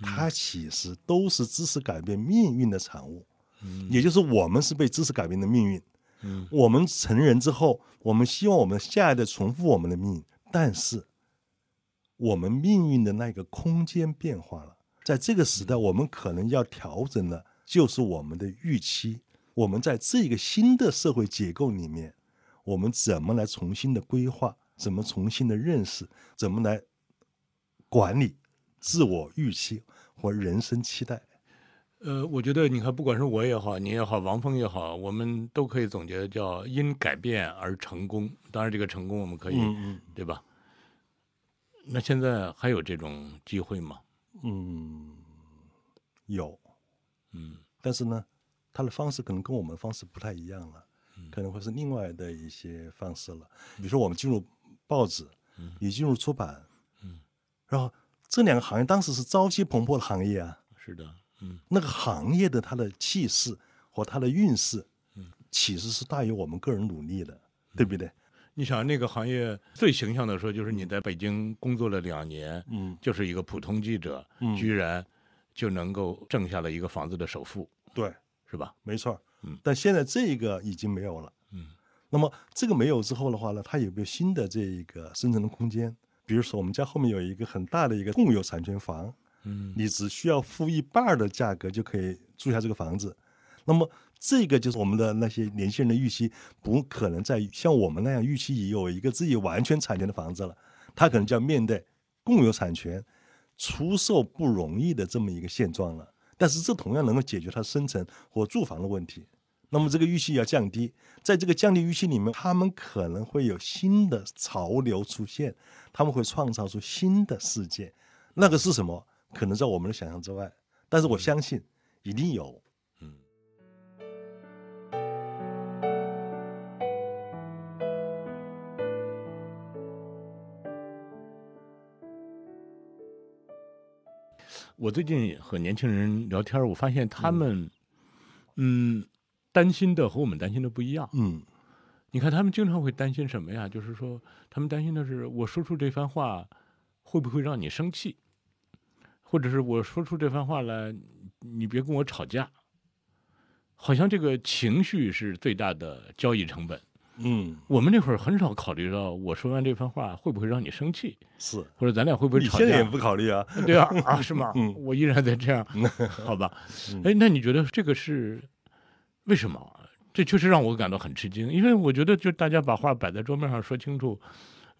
它其实都是知识改变命运的产物，
嗯
也就是我们是被知识改变的命运。我们成人之后，我们希望我们下一代重复我们的命运，但是我们命运的那个空间变化了。在这个时代，我们可能要调整的就是我们的预期。我们在这个新的社会结构里面，我们怎么来重新的规划，怎么重新的认识，怎么来管理自我预期和人生期待？
呃，我觉得你看，不管是我也好，你也好，王峰也好，我们都可以总结叫因改变而成功。当然，这个成功我们可以，
嗯
对吧？那现在还有这种机会吗？
嗯，有，
嗯
但是呢，他的方式可能跟我们的方式不太一样了，
嗯
可能会是另外的一些方式了。比如说，我们进入报纸，也进入出版，
嗯
然后这两个行业当时是朝气蓬勃的行业啊，
是的，嗯
那个行业的它的气势和它的运势，
嗯
其实是大于我们个人努力的，对不对？
你想那个行业最形象的说，就是你在北京工作了两年，
嗯，
就是一个普通记者，
嗯
居然就能够挣下了一个房子的首付，
对，
是吧？
没错儿。
嗯
但现在这个已经没有了。
嗯，
那么这个没有之后的话呢，它有没有新的这一个生存的空间？比如说，我们家后面有一个很大的一个共有产权房，
嗯
你只需要付一半儿的价格就可以住下这个房子。那么这个就是我们的那些年轻人的预期，不可能再像我们那样预期已有一个自己完全产权的房子了，他可能就要面对共有产权出售不容易的这么一个现状了。但是这同样能够解决他生存和住房的问题。那么这个预期要降低，在这个降低预期里面，他们可能会有新的潮流出现，他们会创造出新的世界。那个是什么？可能在我们的想象之外，但是我相信一定有。
嗯。我最近和年轻人聊天儿，我发现他们，嗯，担心的和我们担心的不一样。
嗯
你看，他们经常会担心什么呀？就是说，他们担心的是我说出这番话会不会让你生气，或者是我说出这番话来，你别跟我吵架。好像这个情绪是最大的交易成本。
嗯，
我们那会儿很少考虑到我说完这番话会不会让你生气，
是。
或者咱俩会不会
你
吵
现在也
架？
不考虑啊？
[laughs] 对啊，啊是吗？
嗯
我依然在 [laughs] 这样，好吧？哎，那你觉得这个是为什么？这确实让我感到很吃惊，因为我觉得就大家把话摆在桌面上说清楚，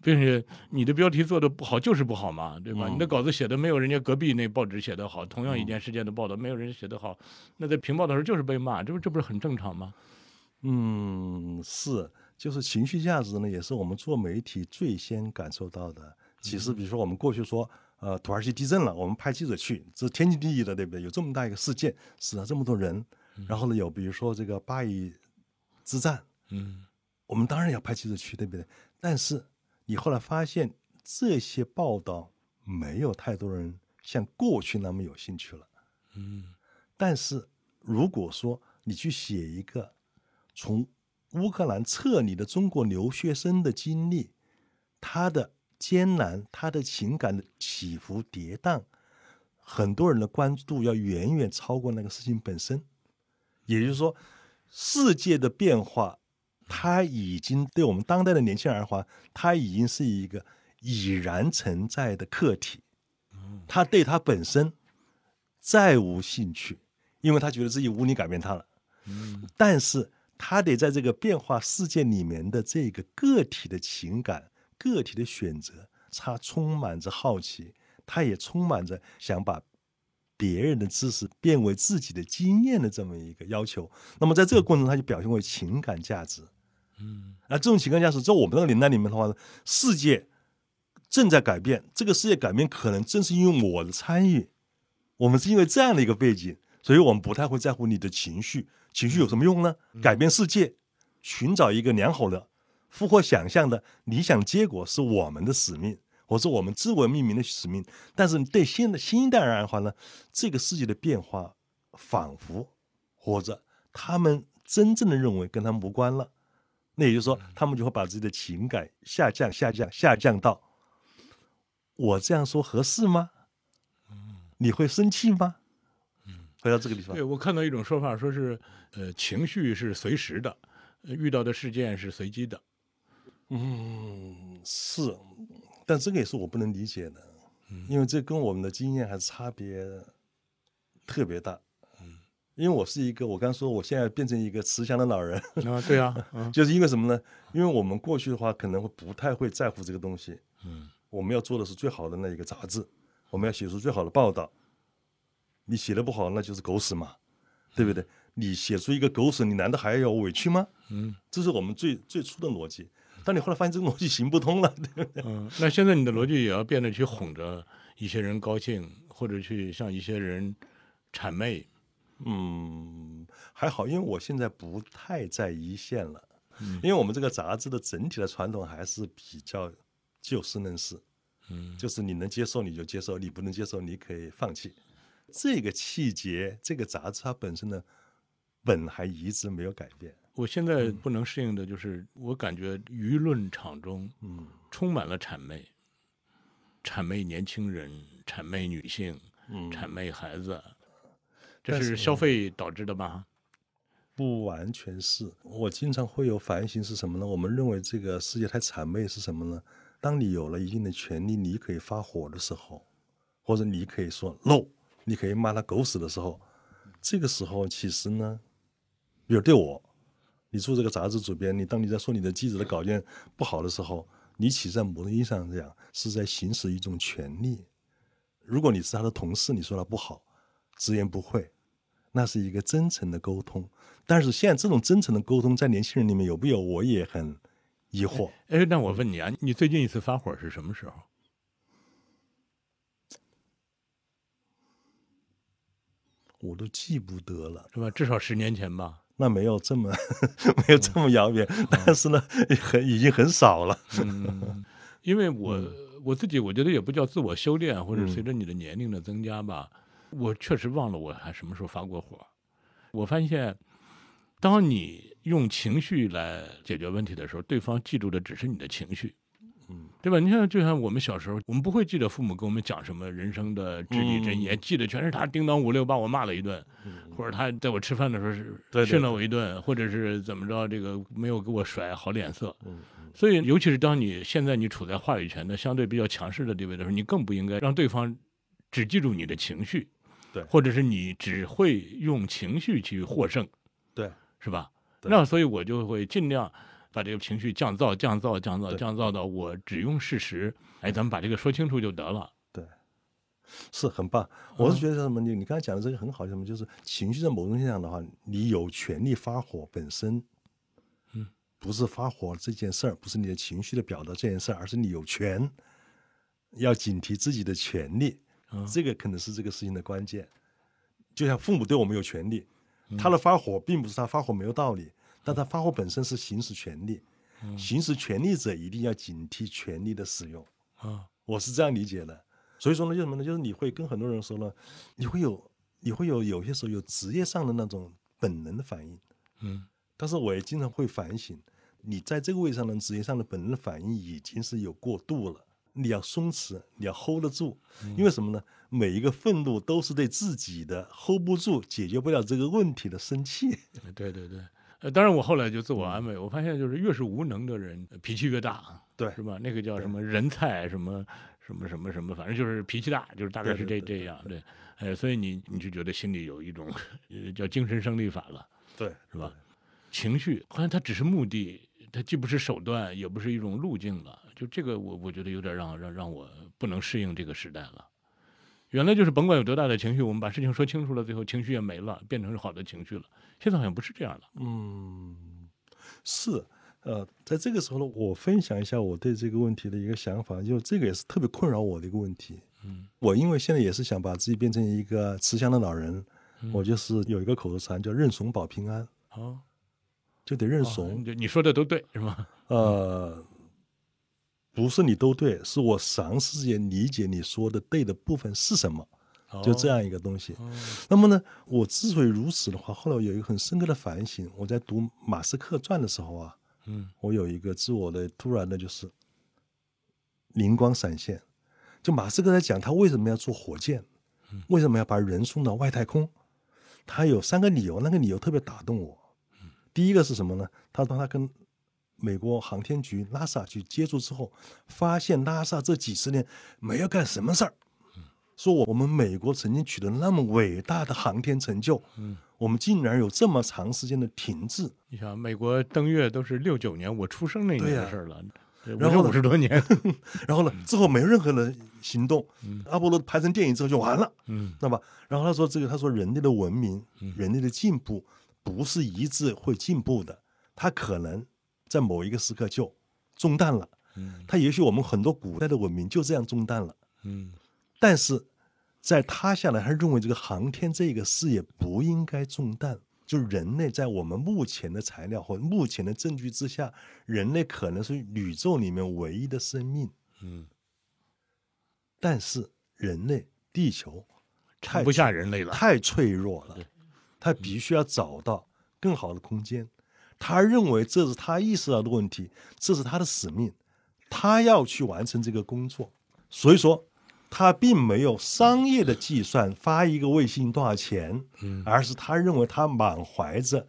并且你的标题做的不好就是不好嘛，对吧？
嗯
你的稿子写的没有人家隔壁那报纸写的好，同样一件事件的报道没有人家写的好，那在评报的时候就是被骂，这不这不是很正常吗？
嗯，是，就是情绪价值呢，也是我们做媒体最先感受到的。其实，比如说我们过去说，呃，土耳其地震了，我们派记者去，这天经地义的，对不对？有这么大一个事件，死了这么多人，然后呢，有比如说这个巴以之战，
嗯
我们当然要派记者去，对不对？但是你后来发现，这些报道没有太多人像过去那么有兴趣了。
嗯
但是如果说你去写一个从乌克兰撤离的中国留学生的经历，他的艰难，他的情感的起伏跌宕，很多人的关注度要远远超过那个事情本身。也就是说，世界的变化，它已经对我们当代的年轻人而言，它已经是一个已然存在的课题。他对他本身再无兴趣，因为他觉得自己无力改变他了。
嗯
但是他得在这个变化世界里面的这个个体的情感、个体的选择，他充满着好奇，他也充满着想把别人的知识变为自己的经验的这么一个要求。那么在这个过程中，他就表现为情感价值。
嗯
而这种情况下是，在我们那个年代里面的话呢，世界正在改变，这个世界改变可能正是因为我的参与，我们是因为这样的一个背景，所以我们不太会在乎你的情绪，情绪有什么用呢？改变世界，寻找一个良好的、符合想象的理想结果是我们的使命。或是我们自我命名的使命，但是对现在新一代人而言的话呢，这个世界的变化仿佛或者他们真正的认为跟他们无关了，那也就是说，他们就会把自己的情感下降、下降、下降到我这样说合适吗？你会生气吗？回到这个地方
对，，我看到一种说法，说是呃，情绪是随时的，呃遇到的事件是随机的。
嗯，是，但这个也是我不能理解的，因为这跟我们的经验还是差别特别大。因为我是一个，我刚说我现在变成一个慈祥的老人，
[laughs] 啊，对啊，啊，
就是因为什么呢？因为我们过去的话，可能会不太会在乎这个东西。
嗯，
我们要做的是最好的那一个杂志，我们要写出最好的报道。你写的不好，那就是狗屎嘛，对不对？你写出一个狗屎，你难道还要委屈吗？
嗯
这是我们最最初的逻辑。但你后来发现这个逻辑行不通了，对不对？
嗯，那现在你的逻辑也要变得去哄着一些人高兴，或者去向一些人谄媚。
嗯，还好，因为我现在不太在一线了，因为我们这个杂志的整体的传统还是比较就事论事。
嗯
就是你能接受你就接受，你不能接受你可以放弃。这个气节，这个杂志它本身呢，本还一直没有改变。
我现在不能适应的就是，我感觉舆论场中
嗯
充满了谄媚，谄媚年轻人，谄媚女性，
嗯
谄媚孩子，这
但
是
是
消费导致的吧？
不完全是。我经常会有反省是什么呢？我们认为这个世界太谄媚是什么呢？当你有了一定的权利，你可以发火的时候，或者你可以说 no，你可以骂他狗屎的时候，这个时候其实呢，比如对我，你做这个杂志主编，你当你在说你的记者的稿件不好的时候，你其实在某种意义上讲是在行使一种权利。如果你是他的同事，你说他不好，直言不讳，那是一个真诚的沟通。但是现在这种真诚的沟通在年轻人里面有没有，我也很疑惑。
哎，那我问你啊，你最近一次发火是什么时候？
我都记不得了，
是吧？至少十年前吧。
那没有这 [laughs] 么没有这么遥远，但是呢，也很已经很少了。
嗯， [laughs] 因为我、我自己我觉得也不叫自我修炼，或者
嗯
随着你的年龄的增加吧，我确实忘了我还什么时候发过火。我发现，当你用情绪来解决问题的时候，对方记住的只是你的情绪。
嗯，
对吧？你像就像我们小时候，我们不会记得父母跟我们讲什么人生的至理
嗯
真言，记得全是他叮当五六把我骂了一顿，或者他在我吃饭的时候
对
是
对
训了我一顿，或者是怎么着，这个没有给我甩好脸色。
嗯
所以，尤其是当你现在你处在话语权的相对比较强势的地位的时候，你更不应该让对方只记住你的情绪，
对
或者是你只会用情绪去获胜，
对，
是吧？
对
那所以我就会尽量把这个情绪降噪、降噪、降噪、
对
降噪到我只用事实。哎，咱们把这个说清楚就得了。
是很棒。我是觉得什么？你你刚才讲的这个很好，什么就是情绪在某种现象的话，你有权利发火本身，
嗯，
不是发火这件事儿，不是你的情绪的表达这件事儿，而是你有权，要警惕自己的权利。
嗯
这个可能是这个事情的关键。就像父母对我们有权利，他的发火并不是他发火没有道理，但他发火本身是行使权利，
嗯
行使权利者一定要警惕权利的使用。
啊，
我是这样理解的。所以说呢，就是什么呢？就是你会跟很多人说呢，你会有，你会有有些时候有职业上的那种本能的反应，
嗯
但是我也经常会反省，你在这个位置上的职业上的本能的反应已经是有过度了。你要松弛，你要 hold 得住，因为什么呢？每一个愤怒都是对自己的 hold 不住、解决不了这个问题的生气。
对对对，呃，当然我后来就自我安慰，我发现就是越是无能的人呃脾气越大，
对
是吧？那个叫什么人菜什么什么什么什么，反正就是脾气大，就是大概是这
对对
这样对。呃，所以你你就觉得心里有一种呃叫精神胜利法了，
对，
是吧？情绪好像它只是目的，它既不是手段，也不是一种路径了。就这个我，我觉得有点让让让我不能适应这个时代了。原来就是甭管有多大的情绪，我们把事情说清楚了，最后情绪也没了，变成是好的情绪了。现在好像不是这样了。
嗯，是，呃，在这个时候呢，我分享一下我对这个问题的一个想法，就这个也是特别困扰我的一个问题。
嗯，
我因为现在也是想把自己变成一个慈祥的老人，
嗯
我就是有一个口头禅叫“认怂保平安
哦，”，
就得认
哦哎嗯
怂。
你你说的都对，是吗？
呃，不是你都对，是我尝试也理解你说的对的部分是什么，就这样一个东西。
哦。
那么呢，我之所以如此的话，后来我有一个很深刻的反省。我在读《马斯克传》的时候啊，
嗯，
我有一个自我的突然的就是灵光闪现，就马斯克在讲他为什么要做火箭，为什么要把人送到外太空，他有三个理由，那个理由特别打动我。第一个是什么呢？他当他跟美国航天局拉萨去接触之后，发现拉萨这几十年没有干什么事儿，说我们美国曾经取得那么伟大的航天成就，
嗯，
我们竟然有这么长时间的停滞，
你想，美国登月都是六九年我出生那年
对呀
的事儿了，
然后呢
五十多
[laughs]
年。
然后呢，之后没有任何的行动，阿波罗拍成电影之后就完了，
嗯，
那么，然后他说这个，他说人类的文明、人类的进步不是一致会进步的，它可能在某一个时刻就中断了，
嗯
它也许我们很多古代的文明就这样中断了，
嗯
但是在他下来，他认为这个航天这个事业不应该中断。就是人类在我们目前的材料和目前的证据之下，人类可能是宇宙里面唯一的生命。
嗯，
但是人类地球太
不下人类了。
太脆弱了，他必须要找到更好的空间。他认为这是他意识到的问题，这是他的使命，他要去完成这个工作。所以说，他并没有商业的计算发一个卫星多少钱，
嗯
而是他认为他满怀着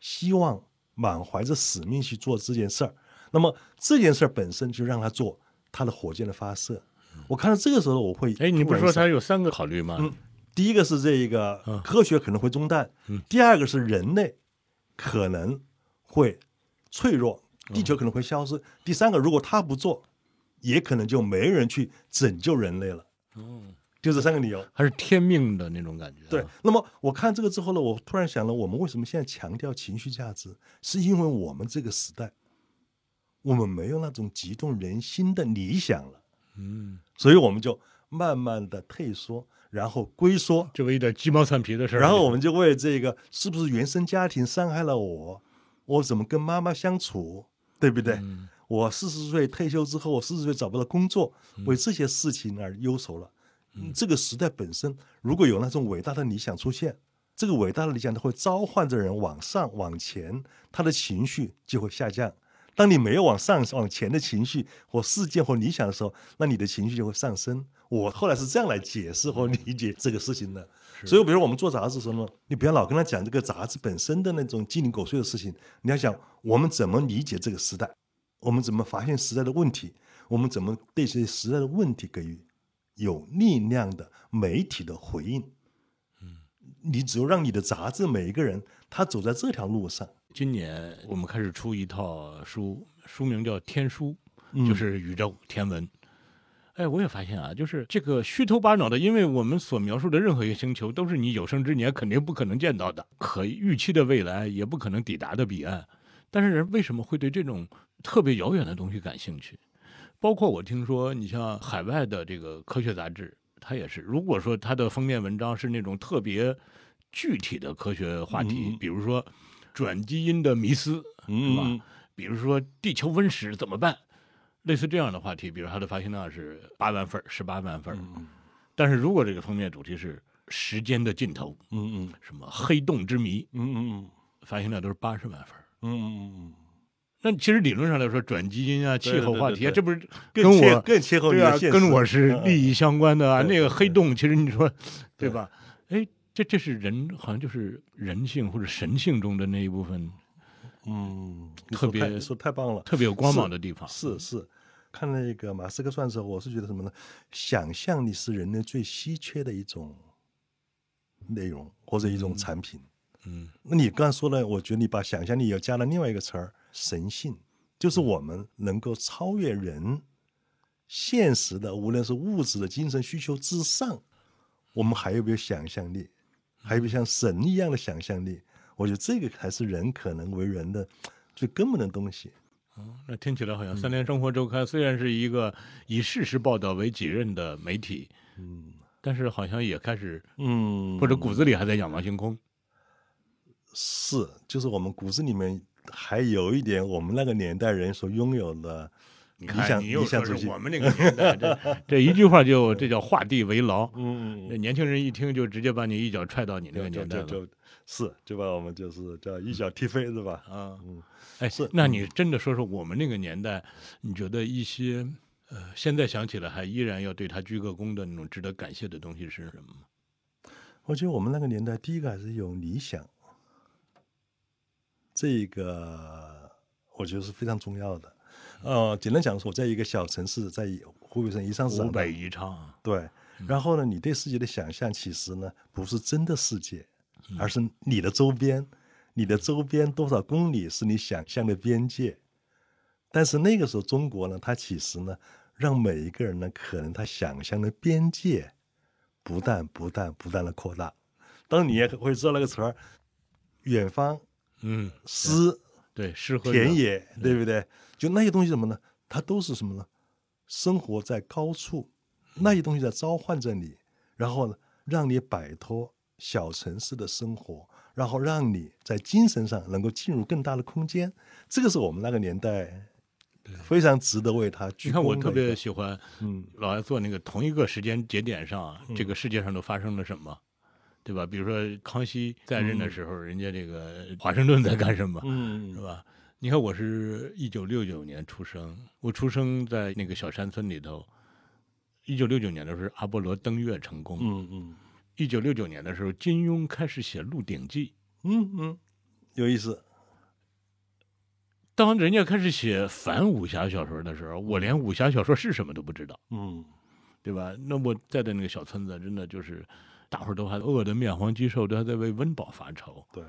希望，满怀着使命去做这件事儿。那么这件事儿本身就让他做他的火箭的发射。我看到这个时候，我会
嗯哎，你不是
突然
说
想
它有三个考虑吗？
嗯，第一个是这一个科学可能会中断，第二个是人类可能会脆弱，地球可能会消失，第三个如果他不做，也可能就没人去拯救人类了。
哦，嗯
就这三个理由。
还是天命的那种感觉、啊
对，，那么我看这个之后呢，我突然想了，我们为什么现在强调情绪价值，是因为我们这个时代，我们没有那种激动人心的理想了，
嗯，
所以我们就慢慢的退缩，然后龟缩，
就为一点鸡毛蒜皮的事儿。
然后我们就为这个是不是原生家庭伤害了我，我怎么跟妈妈相处，对不对？
嗯
我四十岁退休之后，我四十岁找不到工作，为这些事情而忧愁了。嗯这个时代本身，如果有那种伟大的理想出现，这个伟大的理想它会召唤着人往上往前，他的情绪就会下降。当你没有往上往前的情绪或事件或理想的时候，那你的情绪就会上升。我后来是这样来解释或理解这个事情的。所以，比如我们做杂志的时候呢，你不要老跟他讲这个杂志本身的那种鸡零狗碎的事情，你要想我们怎么理解这个时代，我们怎么发现时代的问题，我们怎么对这些时代的问题给予有力量的媒体的回应。嗯，你只有让你的杂志每一个人他走在这条路上，
今年我们开始出一套书，书名叫《天书》，
嗯
就是宇宙天文。哎，我也发现啊，就是这个虚头巴脑的，因为我们所描述的任何一个星球，都是你有生之年肯定不可能见到的，可预期的未来也不可能抵达的彼岸。但是人为什么会对这种特别遥远的东西感兴趣？包括我听说，你像海外的这个科学杂志，它也是，如果说它的封面文章是那种特别具体的科学话题，
嗯
比如说转基因的迷思，是吧
嗯，
比如说地球温室怎么办，类似这样的话题，比如它的发行量是八万份儿、十八万份儿、
嗯
但是如果这个封面主题是时间的尽头，
嗯嗯
什么黑洞之谜，
嗯嗯
发行量都是八十万份儿。
嗯嗯嗯
那其实理论上来说，转基因啊、
对
气候话题啊，
对对对
这不是
嗯，
跟
切
我
更切合你
对啊
的，现实，
跟我是
嗯
利益相关的啊。
对
那个黑洞，其实你说
对
对吧？哎，这这是人好像就是人性或者神性中的那一部分
嗯，你
特
说太
别
你说太棒了，
特别有光芒的地方。
是是。看那个马斯克传的时候，我是觉得什么呢？想象力是人类最稀缺的一种内容或者一种产品。
嗯，
那你刚才说了，我觉得你把想象力又加了另外一个词儿——神性，就是我们能够超越人现实的，无论是物质的精神需求之上，我们还有没有想象力？还有没有像神一样的想象力？我觉得这个才是人可能为人的最根本的东西。
哦那听起来好
嗯
像《三联生活周刊》虽然是一个以事实报道为己任的媒体，
嗯
但是好像也开始
嗯，
或者骨子里还在仰望星空。
是，就是我们骨子里面还有一点我们那个年代人所拥有的
你
理
看，
想
你又
理
说
想
是
主义。
我们那个年代，
[laughs]
这这一句话就这叫画地为牢。
嗯
那年轻人一听就直接把你一脚踹到你那
就
个
就
年代
就
了。
就，是就把我们就是叫一脚踢飞是吧？
啊，
嗯，
哎，
是
那你真的说说我们那个年代，你觉得一些呃，现在想起来还依然要对他鞠个躬的那种值得感谢的东西是什么吗？
我觉得我们那个年代，第一个还是有理想，这个我觉得是非常重要的。呃，简单讲说，我在一个小城市，在湖北省宜昌市
湖
长大
北宜昌啊，
对，然后呢，你对世界的想象其实呢不是真的世界，而是你的周边，你的周边多少公里是你想象的边界。但是那个时候中国呢，它其实呢，让每一个人呢，可能他想象的边界不断不断不断的扩大。当你也会知道那个词儿，远方、
嗯，
诗、
对，诗和
田
远
野，对不对？就那些东西什么呢？它都是什么呢？生活在高处，那些东西在召唤着你，然后呢，让你摆脱小城市的生活，然后让你在精神上能够进入更大的空间。这个是我们那个年代非常值得为他鞠
你
躬
看，我
的
特
一
别
个
喜欢，
嗯，
老爱做那个同一个时间节点上啊，这个世界上都发生了什么，对吧？比如说康熙在任的时候，人家这个华盛顿在干什么，是
嗯
吧？你看，我是一九六九年出生，我出生在那个小山村里头。一九六九年的时候，阿波罗登月成功。
嗯嗯
一九六九年的时候，金庸开始写《鹿鼎记》。
嗯嗯，有意思。
当人家开始写反武侠小说的时候，我连武侠小说是什么都不知道。
嗯
对吧？那我在的那个小村子，真的就是大伙儿都还饿得面黄肌瘦，都还在为温饱发愁。
对，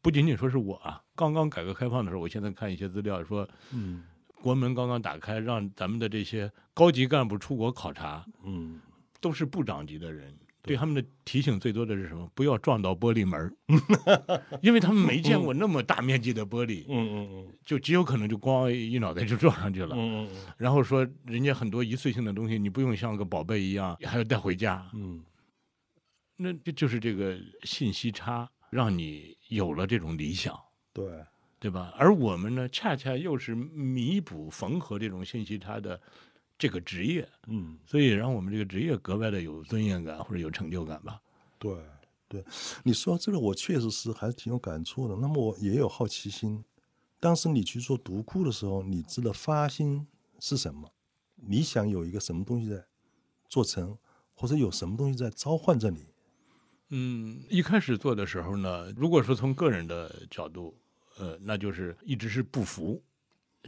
不仅仅说是我啊，刚刚改革开放的时候，我现在看一些资料说，
嗯
国门刚刚打开，让咱们的这些高级干部出国考察，
嗯，
都是部长级的人。对他们的提醒最多的是什么？不要撞到玻璃门儿， [laughs] 因为他们没见过那么大面积的玻璃，
嗯嗯
就极有可能就咣一脑袋就撞上去了。
嗯嗯
然后说人家很多一次性的东西，你不用像个宝贝一样还要带回家，
嗯
那这就是这个信息差，让你有了这种理想，
对，
对吧？而我们呢，恰恰又是弥补缝合这种信息差的这个职业，
嗯。
所以让我们这个职业格外的有尊严感或者有成就感吧。
对对，你说到这个，我确实是还是挺有感触的。那么我也有好奇心。当时你去做读库的时候，你知道发心是什么？你想有一个什么东西在做成，或者有什么东西在召唤着你？
嗯，一开始做的时候呢，如果说从个人的角度，呃，那就是一直是不服，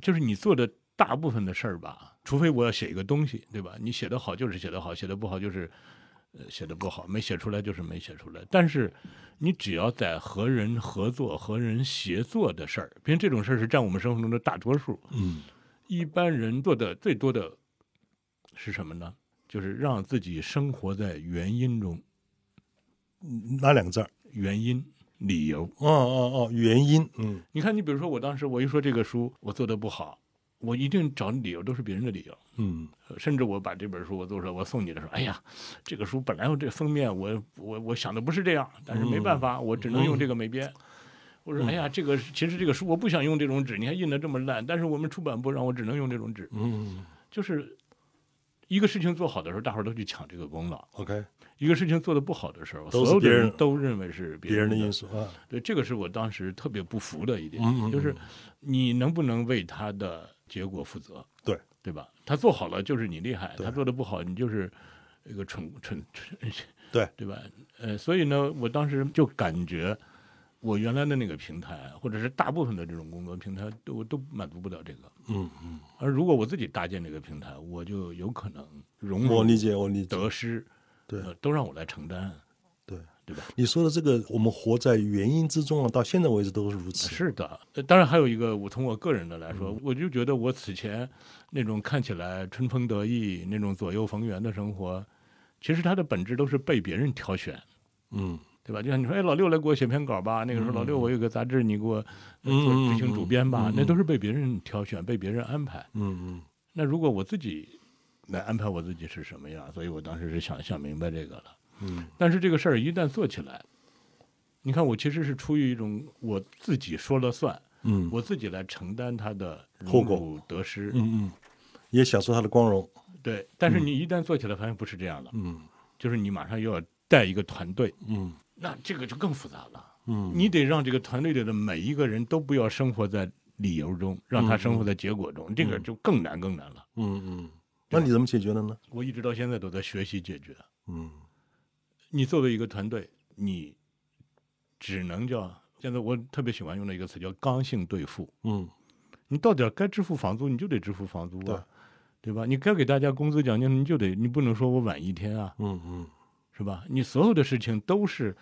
就是你做的大部分的事儿吧，除非我要写一个东西，对吧？你写得好就是写得好，写得不好就是，呃，写得不好，没写出来就是没写出来。但是你只要在和人合作、和人协作的事儿，因为这种事儿是占我们生活中的大多数，
嗯
一般人做的最多的是什么呢？就是让自己生活在原因中，
嗯哪两个字儿？
原因、理由。
哦哦哦，原因。嗯
你看，你比如说我当时我一说这个书我做的不好，我一定找理由都是别人的理由，
嗯
呃甚至我把这本书我做出来我送你的时候，哎呀，这个书本来我这封面我我我想的不是这样，但是没办法，我只能用这个美编。我
嗯
说，哎呀，这个其实这个书我不想用这种纸，你还印的这么烂，但是我们出版部让我只能用这种纸，
嗯
就是。一个事情做好的时候，大伙儿都去抢这个功劳；
，OK，
一个事情做的不好的时候，
都是
所有的
别人
人都认为是
别人的因
素。
素啊，
对，这个是我当时特别不服的一点，
嗯嗯嗯
就是你能不能为他的结果负责？
对，
对吧？他做好了就是你厉害，
对
他做的不好，你就是一个蠢蠢蠢，
[laughs] 对
对吧？呃，所以呢，我当时就感觉。我原来的那个平台，或者是大部分的这种工作平台，都我都满足不了这个。
嗯嗯，
而如果我自己搭建这个平台，我就有可能荣
我
辱
理解，我理解。
得失，
对
呃都让我来承担。
对
对吧？
你说的这个，我们活在原因之中啊，到现在为止都是如此。
是的，呃当然还有一个，我从我个人的来说，
嗯
我就觉得我此前那种看起来春风得意、那种左右逢源的生活，其实它的本质都是被别人挑选，
嗯，
对吧？就像你说，哎，老六来给我写篇稿吧，那个时候老六我有个杂志，你给我呃
嗯
做
嗯
执行主编吧，
嗯嗯
那都是被别人挑选、被别人安排。
嗯嗯，
那如果我自己来安排我自己是什么样，所以我当时是想想明白这个了。
嗯，
但是这个事儿一旦做起来，你看我其实是出于一种我自己说了算，
嗯，
我自己来承担它的
后果
荣辱得失。
嗯嗯，也享受它的光荣。
对，但是你一旦做起来，发现不是这样的，
嗯
就是你马上又要带一个团队，
嗯
那这个就更复杂了。
嗯，
你得让这个团队里的每一个人都不要生活在理由中，让他生活在结果中，这个就更难更难了。
嗯嗯，那你怎么解决的呢？
我一直到现在都在学习解决。
嗯
你作为一个团队，你只能叫现在我特别喜欢用的一个词叫刚性兑付。
嗯
你到点儿该支付房租，你就得支付房租
对
啊，对吧？你该给大家工资奖金，你就得，你不能说我晚一天啊，
嗯嗯
是吧？你所有的事情都是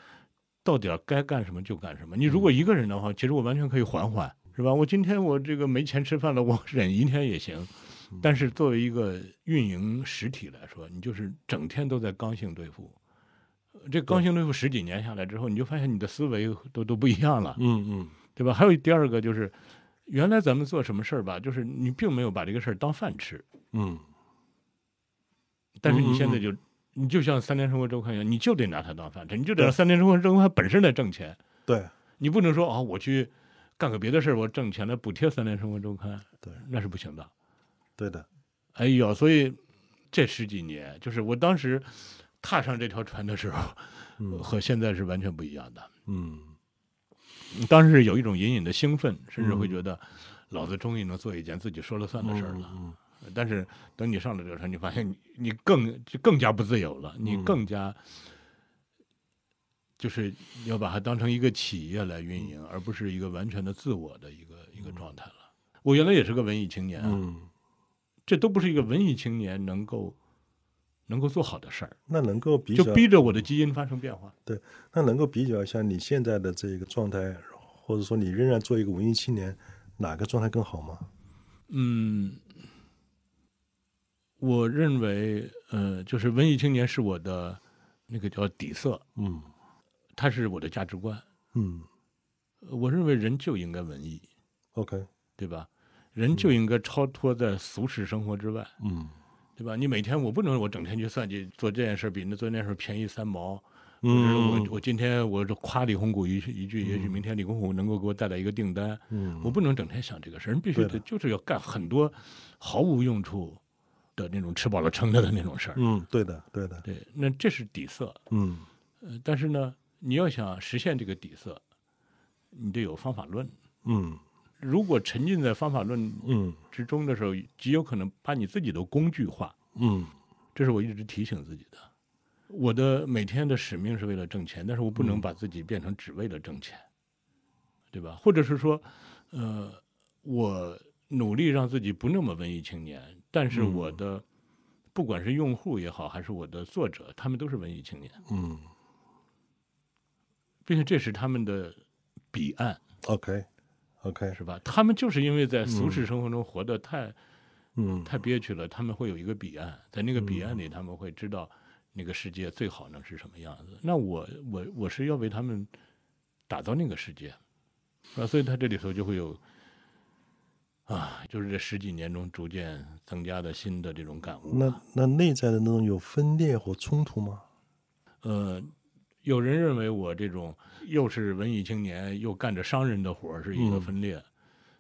到点儿该干什么就干什么。你如果一个人的话，其实我完全可以缓缓，是吧？我今天我这个没钱吃饭了，我忍一天也行。但是作为一个运营实体来说，你就是整天都在刚性对付。呃这刚性对付十几年下来之后，你就发现你的思维都都不一样了，
嗯
对吧？还有第二个就是，原来咱们做什么事儿吧，就是你并没有把这个事儿当饭吃，
嗯
但是
嗯
你
嗯嗯
现在就，你就像《三联生活周刊》一样，你就得拿它当饭吃，你就得让《三联生活周刊》本身来挣钱，
对
你不能说啊、我去干个别的事儿，我挣钱来补贴《三联生活周刊》，
对
那是不行的。
对的，
哎呦，所以这十几年，就是我当时踏上这条船的时候，
嗯
[laughs] 和现在是完全不一样的。
嗯
当时有一种隐隐的兴奋，甚至会觉得，老子终于能做一件自己说了算的事儿了。
嗯嗯
但是等你上了这个船，你发现你你更就更加不自由了，你
嗯
更加就是要把它当成一个企业来运
嗯
营，而不是一个完全的自我的一个一个状态了。我原来也是个文艺青年啊，
嗯，
这都不是一个文艺青年能够能够做好的事儿，
那能够比
就
较，
逼着我的基因发生变化。
那能够比较一下你现在的这个状态，或者说你仍然做一个文艺青年，哪个状态更好吗？
嗯，我认为，呃，就是文艺青年是我的那个叫底色，
嗯
它是我的价值观。
嗯
我认为人就应该文艺，
，OK，
对吧？人就应该超脱在俗世生活之外，
嗯
对吧？你每天我不能我整天去算计做这件事比那做那件事便宜三毛，或者
嗯
我我今天我就夸李红谷一句一句，也许明天李红谷能够给我带来一个订单，
嗯，
我不能整天想这个事儿，人必须
对的
得就是要干很多毫无用处的那种吃饱了撑着的那种事儿。
嗯，对的对的，
对，那这是底色，
嗯
呃，但是呢，你要想实现这个底色，你得有方法论。
嗯
如果沉浸在方法论
嗯
之中的时候，极有可能把你自己都工具化。
嗯
这是我一直提醒自己的。我的每天的使命是为了挣钱，但是我不能把自己变成只为了挣钱，对吧？或者是说，呃，我努力让自己不那么文艺青年，但是我的、不管是用户也好，还是我的作者，他们都是文艺青年，
嗯
并且这是他们的彼岸，
，OK OK，
是吧？他们就是因为在俗世生活中活得太、
嗯
太憋屈了，他们会有一个彼岸，在那个彼岸里，他们会知道那个世界最好能是什么样子。那我我我是要为他们打造那个世界，啊，所以他这里头就会有啊，就是这十几年中逐渐增加的新的这种感悟。
那那内在的那种有分裂或冲突吗？
呃，有人认为我这种又是文艺青年，又干着商人的活儿，是一个
嗯
分裂。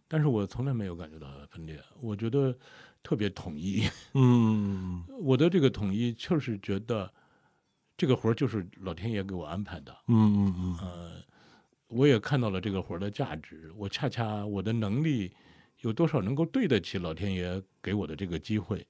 但是我从来没有感觉到分裂，我觉得特别统一。
嗯，
我的这个统一就是觉得这个活儿就是老天爷给我安排的，
嗯嗯嗯嗯
呃，我也看到了这个活儿的价值，我恰恰我的能力有多少能够对得起老天爷给我的这个机会。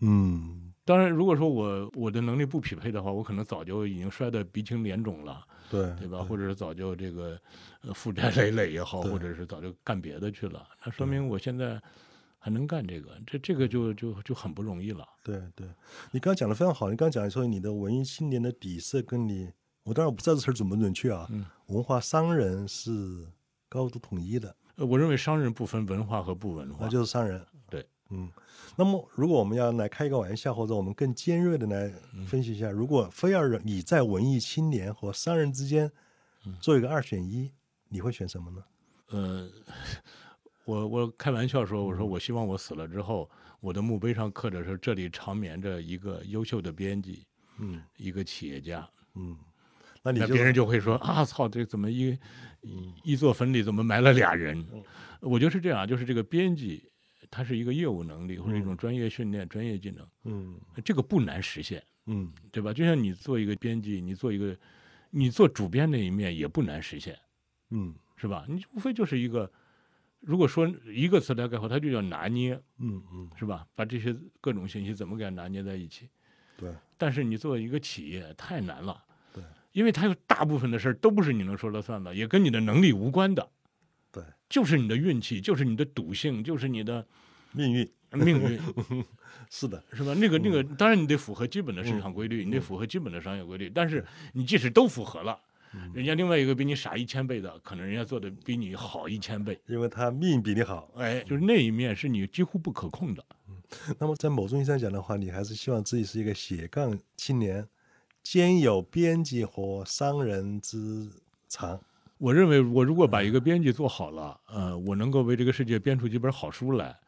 嗯，
当然，如果说我我的能力不匹配的话，我可能早就已经摔得鼻青脸肿了，
对
对吧？或者是早就这个呃负债累累也好，
对
或者是早就干别的去了。那说明我现在还能干这个，这这个就就就很不容易了。
对对，你刚刚讲的非常好。你刚刚讲的说你的文艺青年的底色跟你，我当然不知道这词儿准不准确啊。
嗯
文化商人是高度统一的，
呃我认为商人不分文化和不文化
那，就是商人。
对，
嗯。那么如果我们要来开一个玩笑，或者我们更尖锐的来分析一
嗯
下，如果非要让你在文艺青年和商人之间做一个二选
嗯
一，你会选什么呢？
呃，我我开玩笑说，我
嗯
说我希望我死了之后，我的墓碑上刻着是这里长眠着一个优秀的编辑，
嗯
一个企业家。
嗯，那你
那
就嗯
别人就会说啊，操，这怎么一一座坟里怎么埋了俩人？我觉得是这样，啊就是这个编辑，他是一个业务能力或者一种专业训练、专业技能，
嗯
这个不难实现，
嗯
对吧？就像你做一个编辑，你做一个，你做主编那一面也不难实现，
嗯
是吧？你无非就是一个，如果说一个词来概括，它就叫拿捏，
嗯嗯，
是吧？把这些各种信息怎么给它拿捏在一起？
对
但是你作为一个企业太难了，
对，
因为它有大部分的事儿都不是你能说了算的，也跟你的能力无关的，
对，
就是你的运气，就是你的赌性，就是你的
命运
命运，
是的，
是吧？那个那个，当然你得符合基本的市场规律，你得符合基本的商业规律，但是你即使都符合了。人家另外一个比你傻一千倍的，可能人家做的比你好一千倍，
因为他命比你好。
哎，就是那一面是你几乎不可控的。
那么在某种意义上讲的话，你还是希望自己是一个斜杠青年，兼有编辑和商人之长。
我认为，我如果把一个编辑做好了，呃，我能够为这个世界编出几本好书来，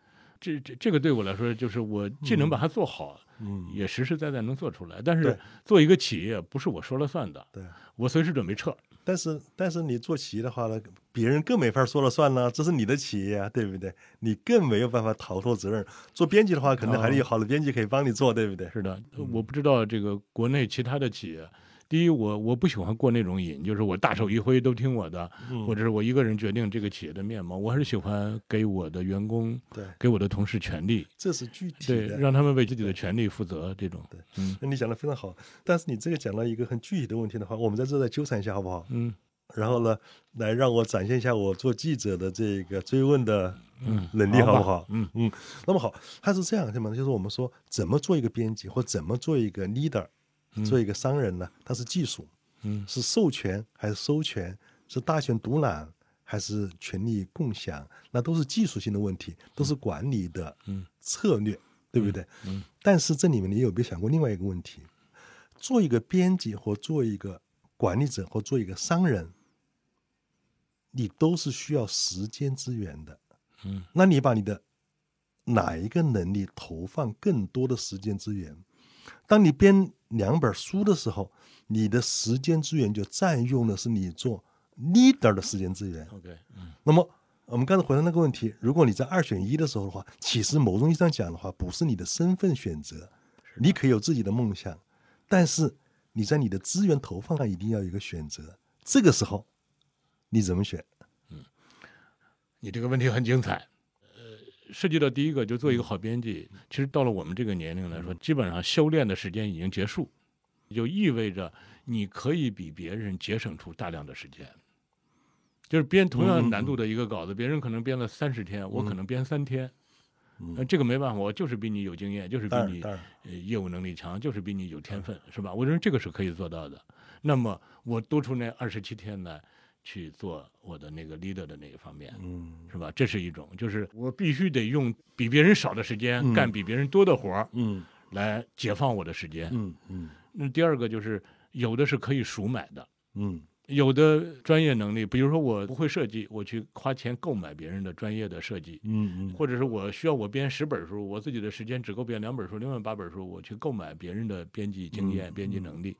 这这这个对我来说，就是我既能把它做好，
嗯，
也实实在在能做出来。但是
对
做一个企业不是我说了算的，
对。
我随时准备撤。
但是但是你做企业的话呢，别人更没法说了算了，这是你的企业啊，对不对？你更没有办法逃脱责任。做编辑的话，可能还得有好的编辑可以帮你做，对不对？
是的，我不知道这个国内其他的企业。第一，我我不喜欢过那种瘾，就是我大手一挥都听我的，
嗯
或者是我一个人决定这个企业的面貌。我还是喜欢给我的员工、
对，
给我的同事权利，
这是具体
对，
的。
让他们为自己的权利负责。这种，嗯
那你讲的非常好，但是你这个讲到一个很具体的问题的话，我们在这再纠缠一下好不好？
嗯。
然后呢，来让我展现一下我做记者的这个追问的
嗯
能力，好不好？
嗯
嗯，那么好，他是这样，对吗？就是我们说怎么做一个编辑，或怎么做一个 leader，做一个商人呢？它是技术，
嗯
是授权还是收权？是大权独揽还是权力共享？那都是技术性的问题，都是管理的
嗯
策略，对不对？嗯。但是这里面你有没有想过另外一个问题？做一个编辑或做一个管理者或做一个商人，你都是需要时间资源的。
嗯，
那你把你的哪一个能力投放更多的时间资源？当你编两本书的时候，你的时间资源就占用的是你做 leader 的时间资源。
，OK，嗯
那么我们刚才回答那个问题，如果你在二选一的时候的话，其实某种意义上讲的话，不是你的身份选择，你可以有自己的梦想，但是你在你的资源投放上一定要有一个选择。这个时候你怎么选？
你这个问题很精彩。呃，涉及到第一个，就做一个好编辑，其实到了我们这个年龄来说，基本上修炼的时间已经结束，就意味着你可以比别人节省出大量的时间。就是编同样难度的一个稿子，别人可能编了三十天，我可能编三天。那这个没办法，我就是比你有经验，就是比
当然，
你
当然，
呃，业务能力强，就是比你有天分，是吧？我认为这个是可以做到的。那么我多出那二十七天来去做我的那个 leader 的那一方面，
嗯
是吧？这是一种，就是我必须得用比别人少的时间、
嗯
干比别人多的活儿，
嗯
来解放我的时间。
嗯嗯
那第二个就是有的是可以赎买的。
嗯
有的专业能力，比如说我不会设计，我去花钱购买别人的专业的设计，
嗯
或者是我需要我编十本书，我自己的时间只够编两本书，另外八本书我去购买别人的编辑经验、
嗯
编辑能力，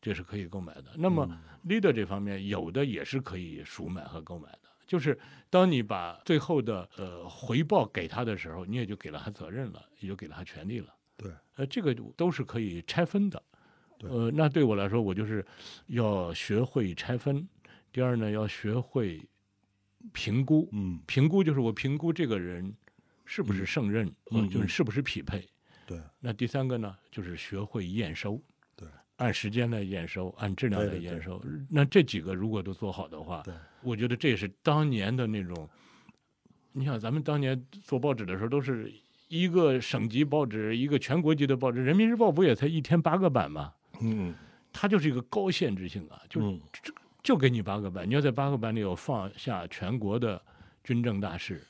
这是可以购买的。那么 leader 这方面，有的也是可以赎买和购买的，就是当你把最后的呃回报给他的时候，你也就给了他责任了，也就给了他权利了。
对，
呃，这个都是可以拆分的。
对
呃，那对我来说，我就是要学会拆分。第二呢，要学会评估。
嗯，
评估就是我评估这个人是不是胜任，
嗯
呃就是
嗯
是不是匹配。
对，
那第三个呢，就是学会验收。
对，
按时间来验收，按质量
对
来
对对
验收。那这几个如果都做好的话
对，
我觉得这也是当年的那种。你想，咱们当年做报纸的时候，都是一个省级报纸，一个全国级的报纸，《人民日报》不也才一天八个版吗？
嗯，
它就是一个高限制性啊，就是
嗯
就给你八个版，你要在八个版里有放下全国的军政大事，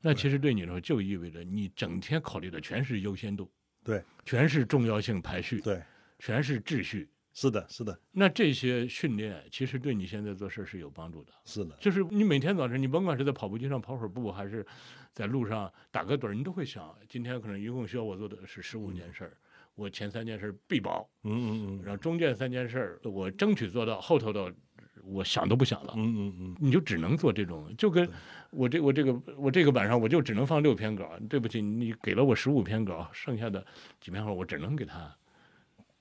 那其实对你来说就意味着你整天考虑的全是优先度，
对，
全是重要性排序，
对，
全是秩序。
是的，是的，
那这些训练其实对你现在做事是有帮助的，
是的，
就是你每天早晨，你甭管是在跑步机上跑会儿步，还是在路上打个盹儿，你都会想，今天可能一共需要我做的是十
嗯
五件事儿，我前三件事儿必保，
嗯嗯
然
嗯
后中间三件事儿我争取做到，后头的我想都不想了。
嗯嗯嗯，
你就只能做这种，就跟我这我这个我这个晚上我就只能放六篇稿，对不起，你给了我十五篇稿，剩下的几篇稿我只能给他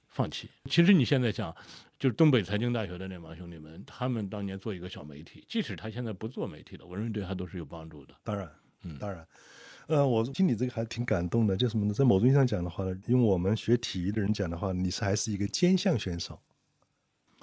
放弃。其实你现在想，就是东北财经大学的那帮兄弟们，他们当年做一个小媒体，即使他现在不做媒体了，我认为对他都是有帮助的。
当然
嗯，
当然。呃，我听你这个还挺感动的，就什么呢？在某种意义上讲的话呢，用我们学体育的人讲的话，你是还是一个兼项选手，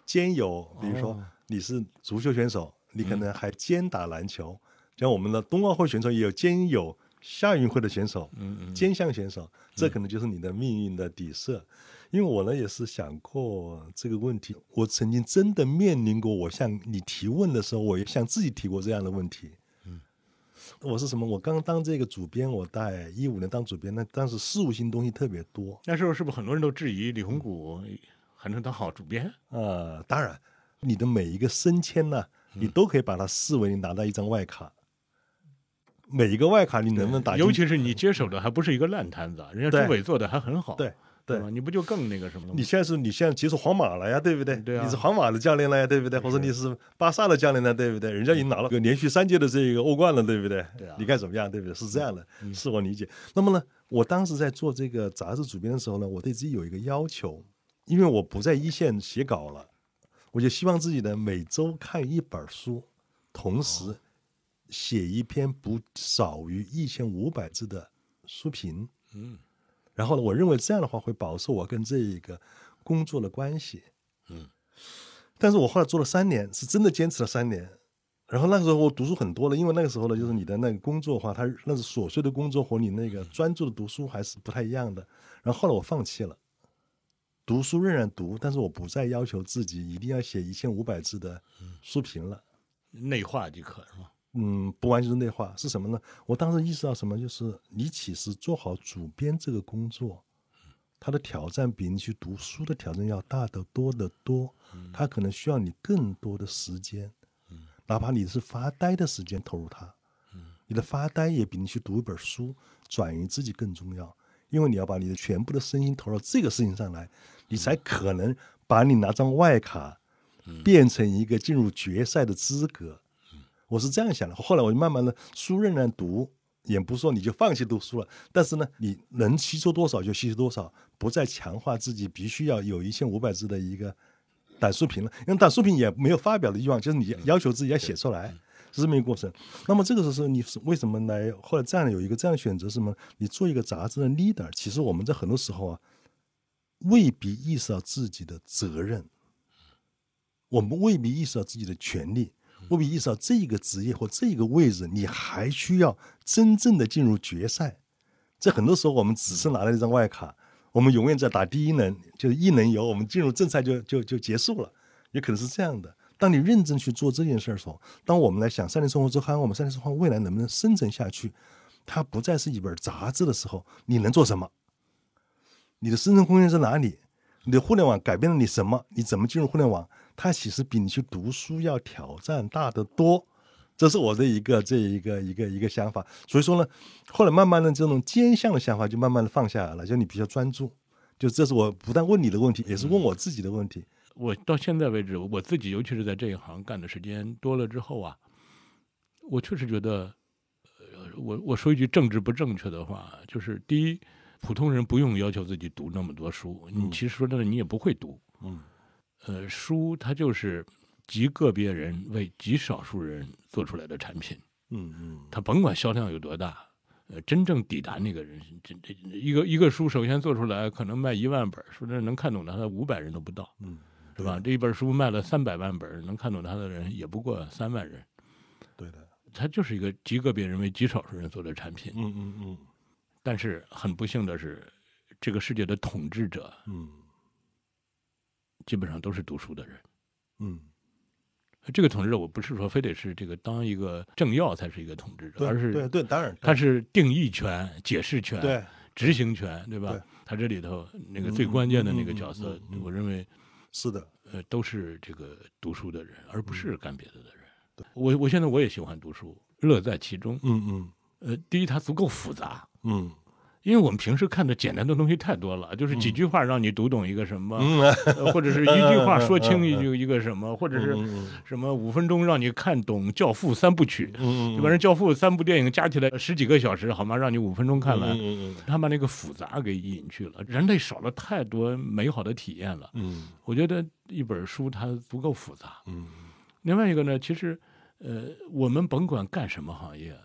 兼有，比如说
哦嗯
你是足球选手，你可能还兼打篮球，像我们的冬奥会选手也有兼有夏运会的选手，
嗯嗯
兼项选手，这可能就是你的命运的底色。因为我呢也是想过这个问题，我曾经真的面临过，我向你提问的时候，我也向自己提过这样的问题。嗯，我是什么？我刚当这个主编，我在一五年当主编，那当时事务性东西特别多，
那时候是不是很多人都质疑李红谷还能当好主编？
呃，当然，你的每一个升迁呢、
嗯
你都可以把它视为你拿到一张外卡。每一个外卡，你能不能打进？
尤其是你接手的还不是一个烂摊子啊，人家
对
朱伟做的还很好，
对
对
对
吧？你不就更那个什么了吗？
你现在是你现在接受皇马了呀，对不对？
对啊
你是皇马的教练了呀，对不对？或者你是巴萨的教练了，对不对？人家已经拿了个连续三届的这个欧冠了，对不对？
对啊
你该怎么样，对不对？是这样的，是我理解。那么呢，我当时在做这个杂志主编的时候呢，我对自己有一个要求，因为我不在一线写稿了，我就希望自己呢每周看一本书，同时写一篇不少于一千五百字的书评。
嗯
然后呢，我认为这样的话会保持我跟这一个工作的关系。
嗯，
但是我后来做了三年，是真的坚持了三年。然后那个时候我读书很多了，因为那个时候呢，就是你的那个工作的话，它那是琐碎的工作和你那个专注的读书还是不太一样的。然后后来我放弃了，读书仍然读，但是我不再要求自己一定要写一千五百字的书评了。
内化即可是吧？
嗯，不完全是内化是什么呢？我当时意识到什么，就是你其实做好主编这个工作，它的挑战比你去读书的挑战要大得多得多，它可能需要你更多的时间，哪怕你是发呆的时间投入它，
嗯
你的发呆也比你去读一本书转移自己更重要，因为你要把你的全部的身心投到这个事情上来，你才可能把你拿张外卡变成一个进入决赛的资格。我是这样想的。后来我就慢慢的书仍然读，也不是说你就放弃读书了，但是呢，你能吸收多少就吸收多少，不再强化自己必须要有一千五百字的一个短书评了，因为短书评也没有发表的欲望，就是你要求自己要写出来。是这么一个过程，那么这个时候你是为什么来？后来这样有一个这样的选择是什么？你做一个杂志的 leader，其实我们在很多时候啊，未必意识到自己的责任，我们未必意识到自己的权利，未必意识到这个职业或这个位置，你还需要真正的进入决赛。在很多时候，我们只是拿了一张外卡，我们永远在打第一轮，就是一轮游，我们进入正赛就就就结束了，也可能是这样的。当你认真去做这件事儿的时候，当我们来想《三联生活周刊》，我们《三联生活周刊》未来能不能生存下去，它不再是一本杂志的时候，你能做什么？你的生存空间在哪里？你的互联网改变了你什么？你怎么进入互联网？它其实比你去读书要挑战大得多。这是我的一个这一个一个一个想法。所以说呢，后来慢慢的这种兼项的想法就慢慢的放下来了，就你比较专注。就这是我不但问你的问题，也是问我自己的问题。
我到现在为止，我自己尤其是在这一行干的时间多了之后啊，我确实觉得，呃我我说一句政治不正确的话，就是第一，普通人不用要求自己读那么多书，你
嗯
其实说真的你也不会读，
嗯
呃，书它就是极个别人为极少数人做出来的产品，
嗯嗯，
它甭管销量有多大，呃，真正抵达那个人，这这这一个一个书首先做出来可能卖一万本儿，说这能看懂它的五百人都不到，
嗯，
是吧？这一本书卖了三百万本儿，能看懂它的人也不过三万人，
对的，
它就是一个极个别人为极少数人做的产品。
嗯嗯嗯
但是很不幸的是，这个世界的统治者
嗯
基本上都是读书的人。
嗯，
这个统治者，我不是说非得是这个当一个政要才是一个统治者，
对
而
对
是
对，当然
他是定义权、解释权、
对，
执行权，对吧
对？
他这里头那个
嗯
最关键的那个
嗯嗯
角色
嗯嗯，嗯
我认为
是的，
呃都是这个读书的人，而不
嗯
是干别的的人。我我现在我也喜欢读书，乐在其中。
嗯嗯
呃，第一，它足够复杂。
嗯
因为我们平时看的简单的东西太多了，就是几句话让你读懂一个什么，
嗯啊
呃或者是一句话说清一句一个什么，或者是
嗯嗯
什么五分钟让你看懂《教父》三部曲，
嗯，
对吧？人《教父》三部电影加起来十几个小时，好吗？让你五分钟看完，
嗯嗯
他把那个复杂给隐去了，人类少了太多美好的体验了。
嗯
我觉得一本书它足够复杂。
嗯
另外一个呢，其实，呃，我们甭管干什么行业，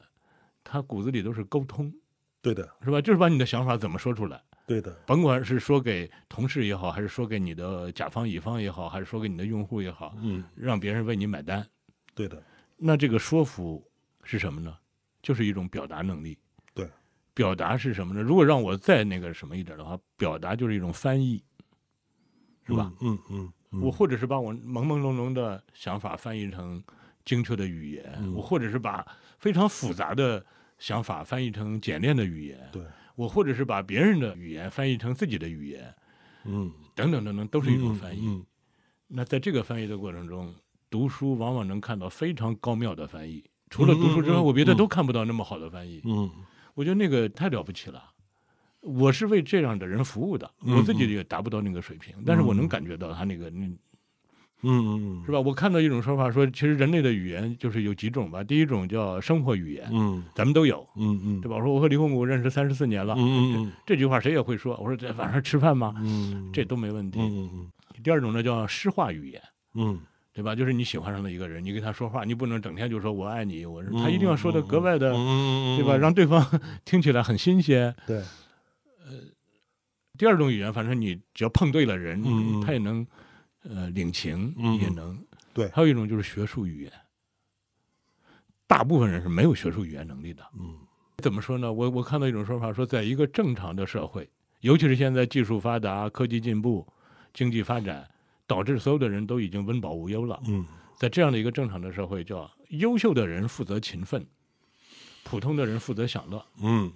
它骨子里都是沟通，
对的
是吧？就是把你的想法怎么说出来。
对的，
甭管是说给同事也好，还是说给你的甲方乙方也好，还是说给你的用户也好，
嗯
让别人为你买单，
对的，
那这个说服是什么呢？就是一种表达能力。
对，
表达是什么呢？如果让我再那个什么一点的话，表达就是一种翻译，是吧？？
嗯嗯，
我或者是把我朦朦胧胧的想法翻译成精确的语言，
嗯
我或者是把非常复杂的想法翻译成简练的语言，
对，
我或者是把别人的语言翻译成自己的语言，
嗯，
等等等等，都
都
是一种翻译。
嗯
那在这个翻译的过程中，读书往往能看到非常高妙的翻译。除了读书之外，
嗯嗯嗯
我别的都看不到那么好的翻译。
嗯
我觉得那个太了不起了。我是为这样的人服务的，
嗯
我自己也达不到那个水平，但是我能感觉到他那个，那
嗯嗯，
是吧？我看到一种说法说，其实人类的语言就是有几种吧。第一种叫生活语言，
嗯
咱们都有，
嗯嗯，
对
吧？
吧？我说我和李洪谷认识三十四年了，
嗯嗯
这句话谁也会说。我说这晚上吃饭吗？
嗯，
这都没问题。
嗯嗯
第二种呢叫诗化语言，
嗯
对吧？就是你喜欢上了一个人，你跟他说话，你不能整天就说我爱你，我是他一定要说的格外的，
嗯
对吧？让对方 [laughs] 听起来很新鲜。
对，
第二种语言，反正你只要碰对了人，
嗯嗯
他也能呃领情，
嗯嗯
也能
对
还有一种就是学术语言，大部分人是没有学术语言能力的。
嗯
怎么说呢？我我看到一种说法，说在一个正常的社会，尤其是现在技术发达、科技进步、经济发展，导致所有的人都已经温饱无忧了。
嗯
在这样的一个正常的社会，叫优秀的人负责勤奋，普通的人负责享乐。
嗯，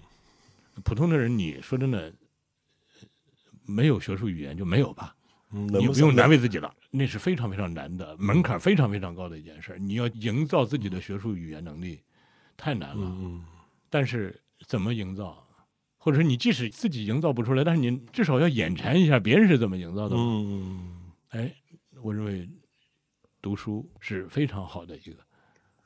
普通的人，你说真的，呃没有学术语言就没有吧，你
你
不用难为自己了，那是非常非常难的，门槛非常非常高的一件事儿。你要营造自己的学术语言能力，太难了。
嗯
但是怎么营造，或者说你即使自己营造不出来，但是你至少要眼馋一下别人是怎么营造的
嗯
吧。
嗯，
哎，我认为读书是非常好的一个。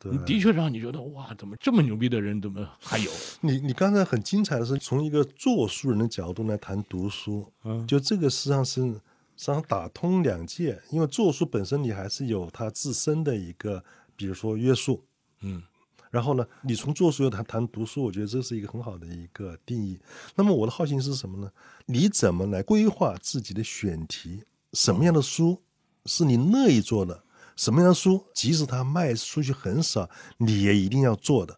对，
的确让你觉得哇，怎么这么牛逼的人怎么还有？
你你刚才很精彩的是从一个做书人的角度来谈读书，
嗯，
就这个实际上是实际上打通两界，因为做书本身你还是有它自身的一个，比如说约束，
嗯，
然后呢，你从做书又谈谈读书，我觉得这是一个很好的一个定义。那么我的好奇心是什么呢？你怎么来规划自己的选题？什么样的书是你乐意做的？什么样的书，即使它卖出去很少，你也一定要做的？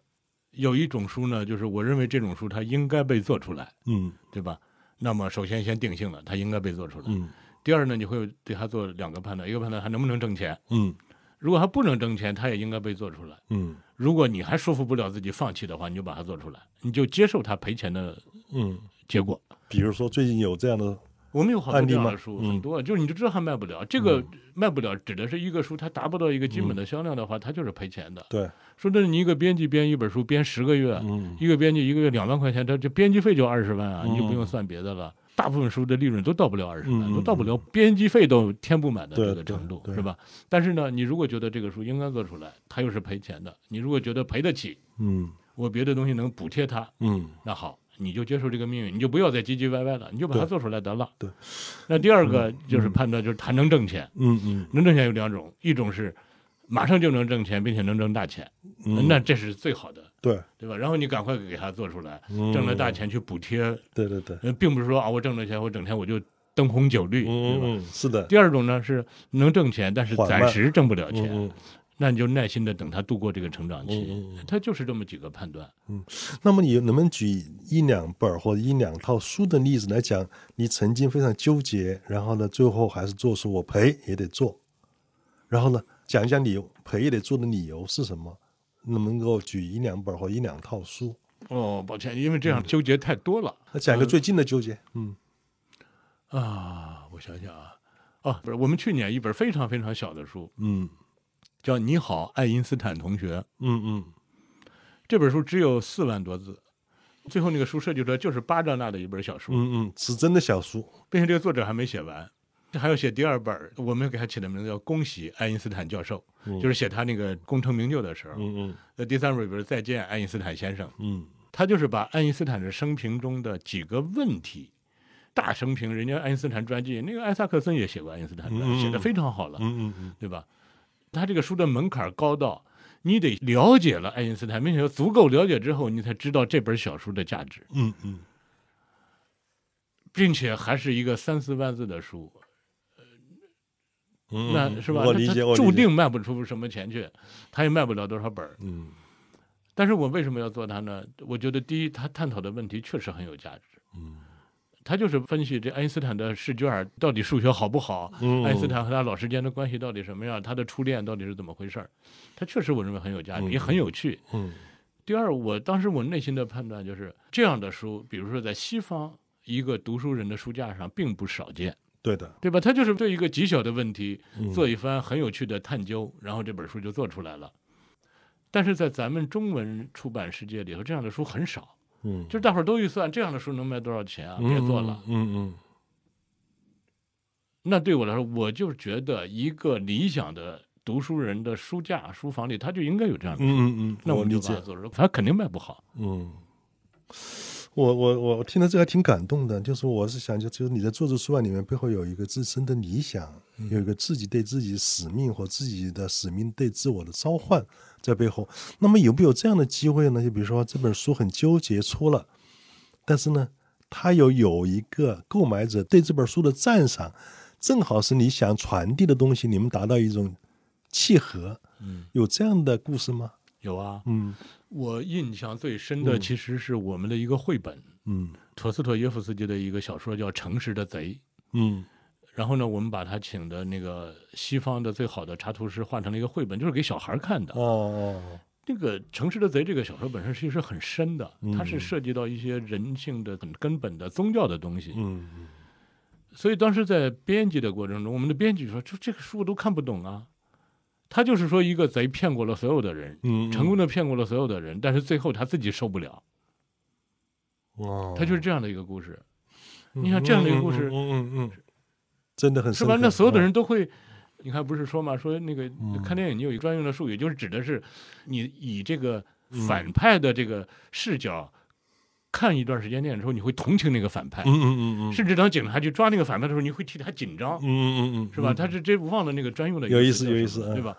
有一种书呢，就是我认为这种书它应该被做出来，
嗯
对吧？那么首先先定性了，它应该被做出来。
嗯
第二呢，你会对它做两个判断，一个判断它能不能挣钱，
嗯
如果它不能挣钱，它也应该被做出来。
嗯
如果你还说服不了自己放弃的话，你就把它做出来，你就接受它赔钱的
嗯。
结果。
比如说最近有这样的，
我们有好多这样
案例
的
吗
书，
嗯
很多，就是你就知道它卖不了。这个卖不了，指的是一个书它达不到一个基本的销量的话，它就是赔钱的。
对，
说真的，你一个编辑编一本书编十个月，
嗯
一个编辑一个月两万块钱，他这编辑费就二十万啊，
嗯
你就不用算别的了。大部分书的利润都到不了二十万，
嗯嗯
都到不了编辑费都填不满的
对
这个程度，
对对
是吧？但是呢，你如果觉得这个书应该做出来，它又是赔钱的，你如果觉得赔得起，
嗯
我别的东西能补贴它，
嗯，
那好，你就接受这个命运，你就不要再唧唧歪歪了，你就把它
对
做出来得了。
对
那第二个就是判断，就是它能挣钱，
嗯嗯
能挣钱有两种，一种是马上就能挣钱，并且能挣大钱，
嗯，
那这是最好的，
对，
对吧？然后你赶快给它做出来，
嗯
挣了大，钱去补贴，
对对对，
呃，并不是说啊，我挣了钱，我整天我就灯红酒绿，对吧？
嗯嗯，是的，
第二种呢是能挣钱，但是
缓慢
暂时挣不了
嗯
钱，
嗯
那你就耐心的等它度过这个成长期。
嗯嗯嗯。
它就是这么几个判断。
那么你能不能举一两本儿或者一两套书的例子来讲，你曾经非常纠结，然后呢，最后还是做出我赔也得做，然后呢，讲一讲你赔也得做的理由是什么？能不能够举一两本儿或一两套书？
哦，抱歉，因为这样纠结太多了。
那讲一个最近的纠结，嗯
啊，我想想啊，哦，不是，我们去年一本非常非常小的书，
嗯
叫《你好，爱因斯坦同学》。
嗯嗯
这本书只有四万多字，最后那个书设计出来就是巴扎纳的一本小书，
嗯嗯，是真的小书，
并且这个作者还没写完，这还要写第二本儿。我们给他起的名字叫“恭喜爱因斯坦教授”，
嗯
就是写他那个功成名就的时候。
嗯嗯
那第三本儿，比如《再见，爱因斯坦先生》，
嗯
他就是把爱因斯坦的生平中的几个问题。大生平，人家爱因斯坦传记，那个艾萨克森也写过爱因斯坦传，
嗯嗯嗯
写的非常好了。
嗯嗯嗯
对吧？他这个书的门槛高到，你得了解了爱因斯坦，并且要足够了解之后，你才知道这本小书的价值，
嗯嗯
并且还是一个三四万字的书，
嗯，
那是吧？
我
那
理
它
解，我理
注
解，
定卖不出什么钱去，他也卖不了多少本儿。
嗯
但是我为什么要做它呢？我觉得第一，他探讨的问题确实很有价值。
嗯
他就是分析这爱因斯坦的试卷儿到底数学好不好，
嗯，
爱因斯坦和他老师间的关系到底什么样，他的初恋到底是怎么回事儿？他确实我认为很有价值，
嗯
也很有趣。
嗯
第二，我当时我内心的判断就是，这样的书，比如说在西方一个读书人的书架上并不少见，
对的，
对吧？他就是对一个极小的问题
嗯
做一番很有趣的探究，然后这本书就做出来了。但是在咱们中文出版世界里头，这样的书很少，
嗯
就是大伙儿都预算这样的书能卖多少钱啊？
嗯
别做了。，
嗯嗯
那对我来说，我就觉得一个理想的读书人的书架、书房里，他就应该有这样
嗯
的。
嗯嗯，
那我
我
们
理
就把它
解，
做出来，他肯定卖不好。
嗯。我我我听到这个还挺感动的，就是我是想，就就是你在做这出版里面背后有一个自身的理想，有一个自己对自己使命或自己的使命对自我的召唤在背后。那么有没有这样的机会呢？就比如说这本书很纠结出了，但是呢，它有有一个购买者对这本书的赞赏，正好是你想传递的东西，你们达到一种契合。
嗯，
有这样的故事吗？
有啊，
嗯
我印象最深的
嗯
其实是我们的一个绘本，
嗯
陀思妥耶夫斯基的一个小说叫《诚实的贼》。
嗯
然后呢，我们把他请的那个西方的最好的插图师画成了一个绘本，就是给小孩看的。
哦哦，
那个《诚实的贼》这个小说本身其实是很深的，
嗯
它是涉及到一些人性的很根本的宗教的东西。
嗯
所以当时在编辑的过程中，我们的编辑说：“就这个书我都看不懂啊。”他就是说，一个贼骗过了所有的人，
嗯，
成功的骗过了所有的人，但是最后他自己受不了，
哦，
他就是这样的一个故事。你想这样的一个故事
嗯嗯嗯嗯嗯真的很
是
深
吧？
刻哦
那所有的人都会，你看不是说嘛，说那个
嗯
看电影你有一个专用的术语，就是指的是你以这个
嗯
反派的这个视角看一段时间电影之后，你会同情那个反派，
嗯嗯嗯嗯，
甚至当警察去抓那个反派的时候，你会替他紧张
嗯，嗯嗯嗯，
是吧？
嗯
他是这忘了那个专用的
有意思
思，
有意思
对
嗯
吧？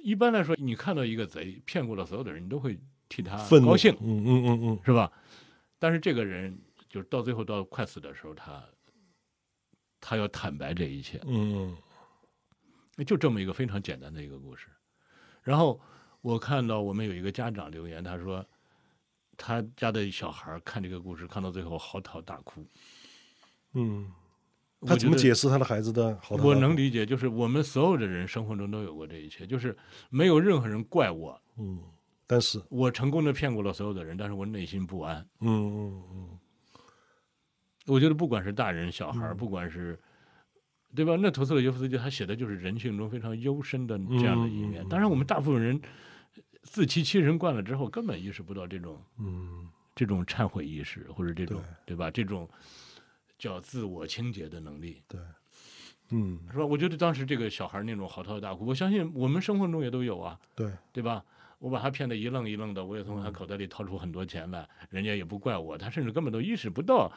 一般来说，你看到一个贼骗过了所有的人，你都会替他
愤怒
高兴，
嗯嗯嗯嗯，
是吧？但是这个人就是到最后到快死的时候，他他要坦白这一切，
嗯
就这么一个非常简单的一个故事。然后我看到我们有一个家长留言，他说他家的小孩儿看这个故事看到最后嚎啕大哭。
嗯，
我
他怎么
觉得
解释他的孩子的好的？
我能，理解，就是我们所有的人生活中都有过这一切，就是没有任何人怪我，
嗯，但是，
我成功的骗过了所有的人，但是我内心不安。
嗯嗯嗯
我觉得不管是大人小孩儿，不管是对吧？那陀思妥耶夫斯基他写的就是人性中非常幽深的这样的一面。
嗯嗯
当然，我们大部分人自欺欺人惯了之后，根本意识不到这种
嗯，
这种忏悔意识，或者这种
对
对吧？这种叫自我清洁的能力，
对，嗯，
是吧？我觉得当时这个小孩那种嚎啕大哭，我相信我们生活中也都有啊，
对，
对吧？我把他骗得一愣一愣的，我也
嗯
从他口袋里掏出很多钱来，人家也不怪我，他甚至根本都意识不到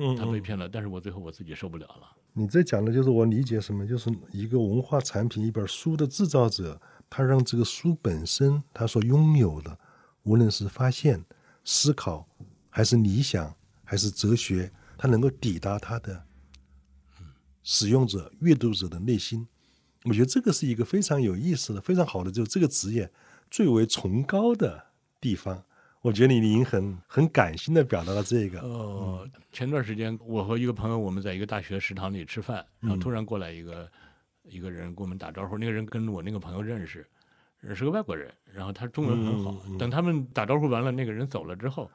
嗯
他被
嗯
骗了，但是我最后我自己受不了了。
你这讲的就是我理解什么，就是一个文化产品、一本书的制造者，他让这个书本身他所拥有的，无论是发现、思考，还是理想，还是哲学，它能够抵达他的使用者、阅读者的内心。我觉得这个是一个非常有意思的、非常好的，就是这个职业最为崇高的地方。我觉得你已经很很感性的表达了这个，
呃，前段时间我和一个朋友，我们在一个大学食堂里吃饭，然后
嗯
突然过来一个、一个人跟我们打招呼，那个人跟我那个朋友认识，是个外国人，然后他中文很好。
嗯嗯
等他们打招呼完了，那个人走了之后，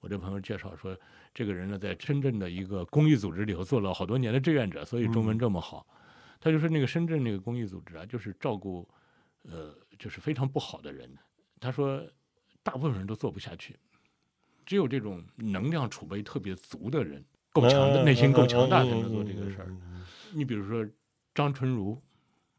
我这朋友介绍说，这个人呢在深圳的一个公益组织里头做了好多年的志愿者，所以中文
嗯
这么好。他就说那个深圳那个公益组织啊，就是照顾呃就是非常不好的人，他说大部分人都做不下去。只有这种能量储备特别足的人，够强的内心够强大，才能做这个事儿。你比如说张纯如，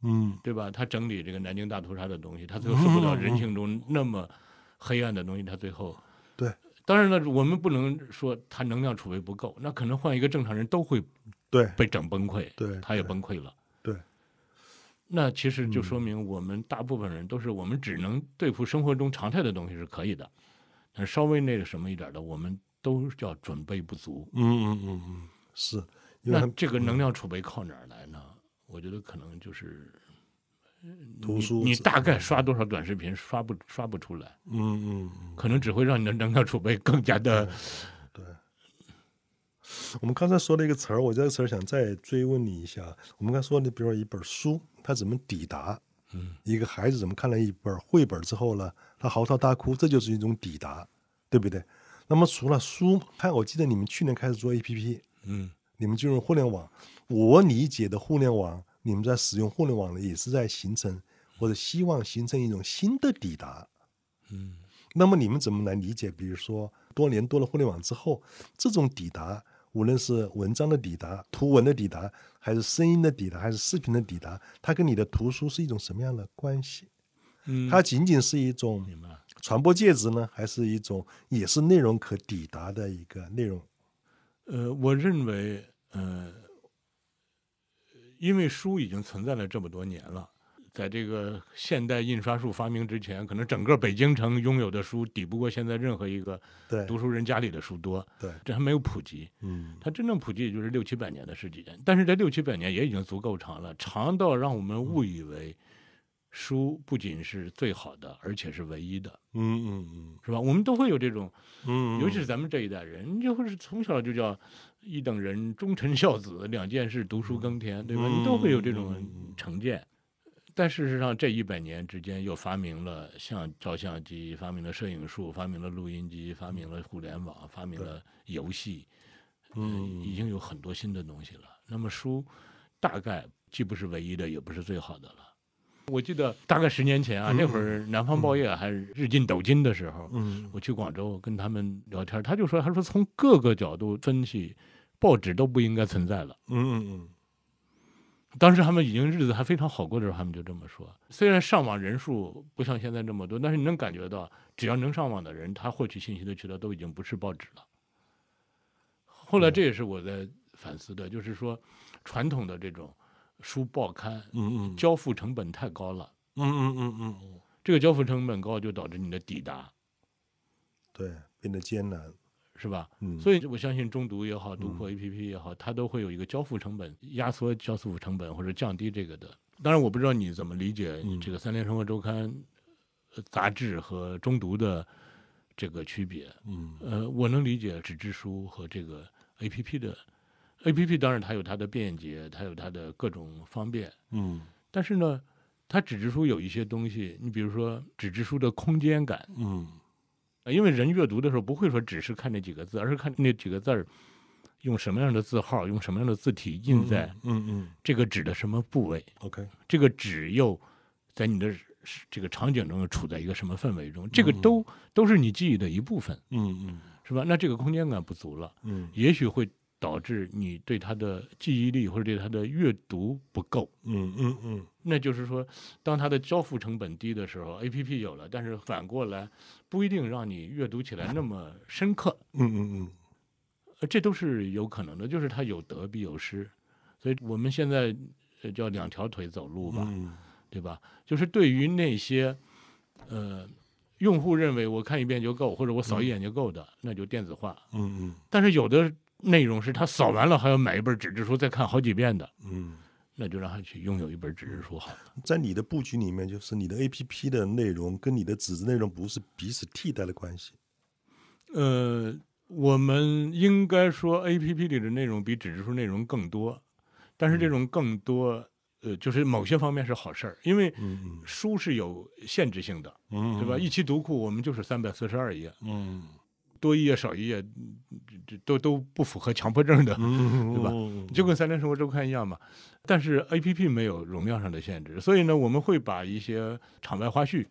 嗯。
对吧？他整理这个南京大屠杀的东西，他最后受不了人性中那么黑暗的东西，他最后
对。
当然了，我们不能说他能量储备不够，那可能换一个正常人都会
对
被整崩溃，
对
他也崩溃了。
对，嗯
那其实就说明我们大部分人都是我们只能对付生活中常态的东西是可以的，但是稍微那个什么一点的，我们都叫准备不足。
嗯嗯嗯嗯，是，因为
那
他嗯
这个能量储备靠哪儿来呢？我觉得可能就是
图书嗯
你
是
大概刷多少短视频，刷不刷不出来，
嗯嗯嗯，
可能只会让你的能量储备更加的
对。我们刚才说了一个词儿，我这个词儿想再追问你一下。我们刚才说的，比如说一本书，它怎么抵达？
嗯，
一个孩子怎么看了一本绘本之后呢，他嚎啕大哭，这就是一种抵达，对不对？那么除了书，看我记得你们去年开始做 APP，
嗯
你们进入互联网，我理解的互联网，你们在使用互联网呢，也是在形成或者希望形成一种新的抵达。
嗯
那么你们怎么来理解？比如说多年多了互联网之后，这种抵达，无论是文章的抵达、图文的抵达，还是声音的抵达，还是视频的抵达，它跟你的图书是一种什么样的关系？
嗯，
它仅仅是一种
明白。
传播介质呢，还是一种也是内容可抵达的一个内容？
呃，我认为，呃，因为书已经存在了这么多年了，在这个现代印刷术发明之前，可能整个北京城拥有的书抵不过现在任何一个
对
读书人家里的书多，
对，
这还没有普及。
嗯
它真正普及也就是六七百年的事情，但是这六七百年也已经足够长了，长到让我们误以为书不仅是最好的，而且是唯一的，
嗯嗯
是吧？我们都会有这种，
嗯
尤其是咱们这一代人，就是从小就叫一等人，忠臣孝子，两件事，读书耕田，对吧？
嗯
你都会有这
嗯嗯嗯
种成见。但事实上，这一百年之间，又发明了像照相机，发明了摄影术，发明了录音机，发明了互联网，发明了游戏，嗯，已经有很多新的东西了。那么书大概既不是唯一的，也不是最好的了。我记得大概十年前啊，那会儿南方报业还日进斗金的时候，
嗯
我去广州跟他们聊天，他就说，他说从各个角度分析，报纸都不应该存在了。
嗯嗯
当时他们已经日子还非常好过的时候，他们就这么说。虽然上网人数不像现在这么多，但是你能感觉到，只要能上网的人，他获取信息的渠道都已经不是报纸了。后来这也是我在反思的，就是说，传统的这种书报刊
嗯嗯
交付成本太高了，
嗯嗯嗯嗯，
这个交付成本高就导致你的抵达，
对，变得艰难。
是吧？
嗯，
所以我相信中毒也好，读库 APP 也好，它都会有一个交付成本，压缩交付成本或者降低这个的。当然，我不知道你怎么理解
嗯
这个《三联生活周刊》呃杂志和中毒的这个区别。
嗯
呃，我能理解纸质书和这个 APP 的 APP，当然它有它的便捷，它有它的各种方便，
嗯
但是呢，它纸质书有一些东西，你比如说纸质书的空间感，
嗯
呃因为人阅读的时候不会说只是看那几个字，而是看那几个字儿用什么样的字号、用什么样的字体印在
嗯嗯
这个纸的什么部位，
，OK，
这个纸又在你的这个场景中又处在一个什么氛围中，这个
嗯
都都是你记忆的一部分，
嗯嗯
是吧？那这个空间感不足了，
嗯
也许会导致你对它的记忆力或者对它的阅读不够。
嗯嗯嗯，
那就是说，当它的交付成本低的时候，A P P 有了，但是反过来不一定让你阅读起来那么深刻，
嗯嗯嗯，
呃这都是有可能的，就是它有得必有失，所以我们现在呃叫两条腿走路吧，
嗯
对吧？就是对于那些呃用户认为我看一遍就够，或者我扫一眼就够的，那就电子化。
嗯
但是有的内容是他扫完了还要买一本纸质书再看好几遍的，
嗯
那就让他去拥有一本纸质书好了。
嗯，在你的布局里面，就是你的 A P P 的内容跟你的纸质内容不是彼此替代的关系。
呃，我们应该说 A P P 里的内容比纸质书内容更多，但是这种更多，呃，就是某些方面是好事儿，因为
嗯
书是有限制性的，
嗯
对吧？一期读库我们就是三百四十二页，
嗯
多一页少一页，嗯这这都都不符合强迫症的。
嗯，
对吧
吧
就跟《三联生活周刊》一样嘛，但是 A P P 没有容量上的限制，所以呢，我们会把一些场外花絮、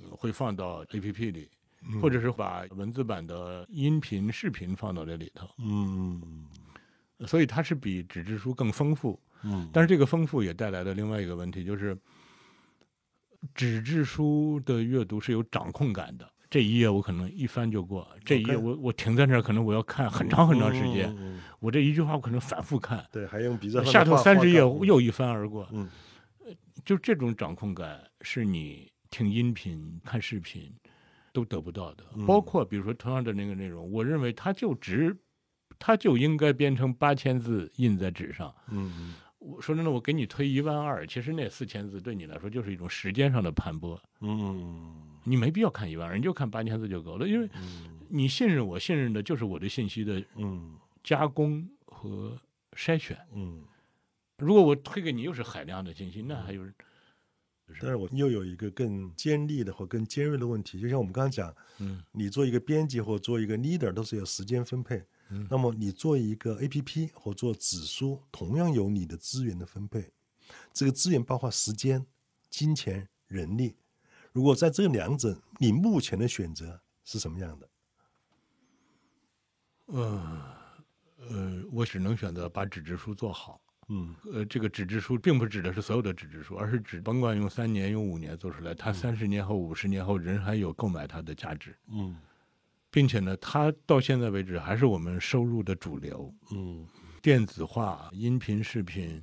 呃会放到 A P P 里，
嗯
或者是把文字版的音频、视频放到这里头，
嗯
所以它是比纸质书更丰富。
嗯，
但是这个丰富也带来了另外一个问题，就是纸质书的阅读是有掌控感的。这一页我可能一翻就过，这一页
OK
我我停在那儿，可能我要看很长很长时间，
嗯嗯嗯
我这一句话我可能反复看，
对，还用鼻子
下头三十页
又
又一翻而过，
嗯
就这种掌控感是你听音频、看视频都得不到的。
嗯
包括比如说同样的那个内容，我认为它就值，它就应该编成八千字印在纸上。
嗯
我说真的，我给你推一万二，其实那四千字对你来说就是一种时间上的盘剥，
嗯
你没必要看一万二，你就看八千字就够了，因为
嗯
你信任我，信任的就是我对信息的
嗯
加工和筛选。
嗯。
如果我推给你又是海量的信息，那还有人
但是我又有一个更尖利的或更尖锐的问题，就像我们刚刚讲，
嗯
你做一个编辑或做一个 leader 都是有时间分配。
嗯
那么你做一个 APP 或做指数，同样有你的资源的分配，这个资源包括时间、金钱、人力。如果在这两者，你目前的选择是什么样的？
呃呃，我只能选择把纸质书做好。
嗯
呃，这个纸质书并不指的是所有的纸质书，而是指甭管用三年、用五年做出来，它三十年后、五十年后人还有购买它的价值，
嗯
并且呢，它到现在为止还是我们收入的主流。
嗯
电子化、音频、视频，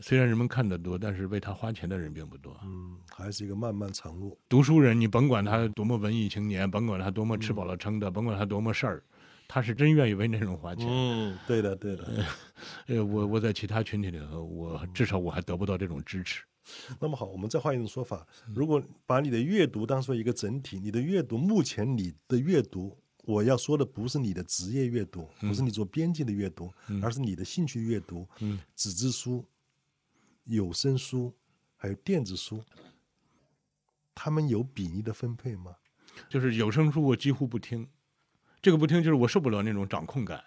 虽然人们看得多，但是为它花钱的人并不多。
嗯，还是一个漫漫长路。
读书人，你甭管他多么文艺青年，甭管他多么吃饱了撑的，甭管他多么事儿，他是真愿意为内容花钱。
嗯， [laughs] 对的对的。
[laughs] 呃，我我在其他群体里头，我至少我还得不到这种支持。
那么好，我们再换一种说法，如果把你的阅读当做一个整体，你的阅读目前你的阅读，我要说的不是你的职业阅读，不是你做编辑的阅读，而是你的兴趣阅读，
嗯
纸质书、有声书，还有电子书，他们有比例的分配吗？
就是有声书我几乎不听，这个不听就是我受不了那种掌控感。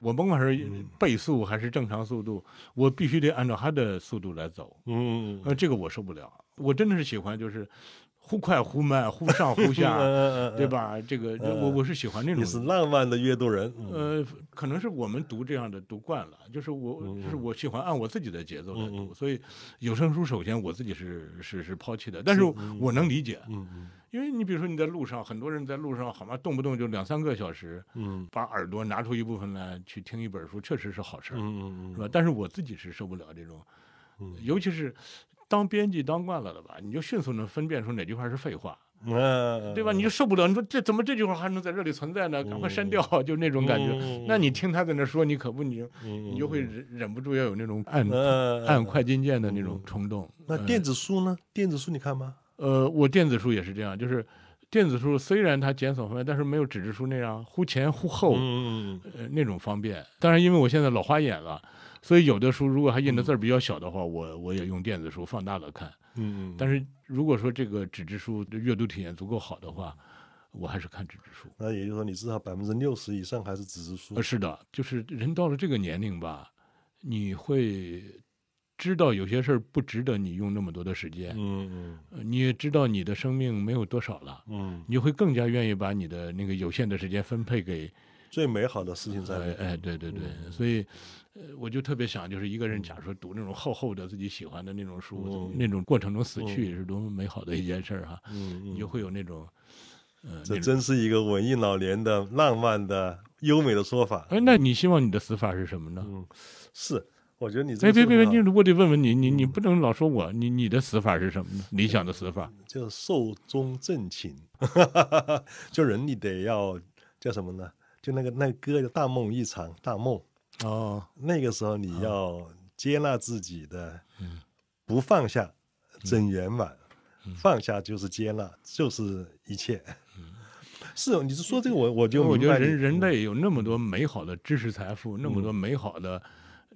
我甭管是倍速还是正常速度，我必须得按照它的速度来走。
嗯
呃，这个我受不了。我真的是喜欢就是忽快忽慢、忽上忽下，
嗯
对？吧？这个我我是喜欢那
你是
种。
浪漫的阅读人，嗯
呃，可能是我们读这样的读惯了，就是我，就是我喜欢按我自己的节奏来
嗯
读，所以有声书首先我自己是是是抛弃的，但是我能理解，
嗯
因为你比如说你在路上，很多人在路上好吗？动不动就两三个小时，
嗯
把耳朵拿出一部分来去听一本书，确实是好事儿，
嗯
是吧？但是我自己是受不了这种，尤其是当编辑当惯了的吧，你就迅速能分辨出哪句话是废话，
嗯
对吧？你就受不了，你说这怎么这句话还能在这里存在呢？赶快删掉， [laughs] 就那种感觉
嗯。
那你听他在那说，你可不你就
你
你就会忍忍不住要有那种按
嗯
按快嗯进键的那种冲动。
那电子书呢？电子书你看吗？
呃，我电子书也是这样，就是电子书虽然它检索方便，但是没有纸质书那样忽前忽后、
嗯
呃那种方便。当然，因为我现在老花眼了，所以有的书如果它印的字儿比较小的话，我我也用电子书放大了看。
嗯
但
是
是如果说这个纸质书的阅读体验足够好的话，我还是看纸质书。
那也就是说，你至少百分之六十以上还是纸质书
呃，。是的，就是人到了这个年龄吧，你会知道有些事儿不值得你用那么多的时间，
嗯
呃你也知道你的生命没有多少了。
嗯嗯，
你会更加愿意把你的那个有限的时间分配给
最美好的事情在那
哎
里。
哎，对对对，
嗯
所以，呃我就特别想，就是一个人，假如说读那种厚厚的自己喜欢的那种书，那种过程中死去是多么美好的一件事儿哈，
嗯
你就会有那种，呃，
这
那种。
真是一个文艺老年的浪漫的优美的说法。
哎，那你希望你的死法是什么呢？
是，我觉得你这
哎，
个
别别别，
说
你
法
我得问问你，你你不能老说我，你你的死法是什么呢？理想的死法，
叫寿终正寝， [laughs] 就人你得要叫什么呢？就那个那歌叫《大梦一场大梦》，
哦，
那个时候你要接纳自己的，
嗯
不放下，真圆满。放下就是接纳，就是一切。 [laughs] 是哦，你是说这个我我就
嗯我觉
明白
得
你
人人类有那么多美好的知识财富，那么多美好的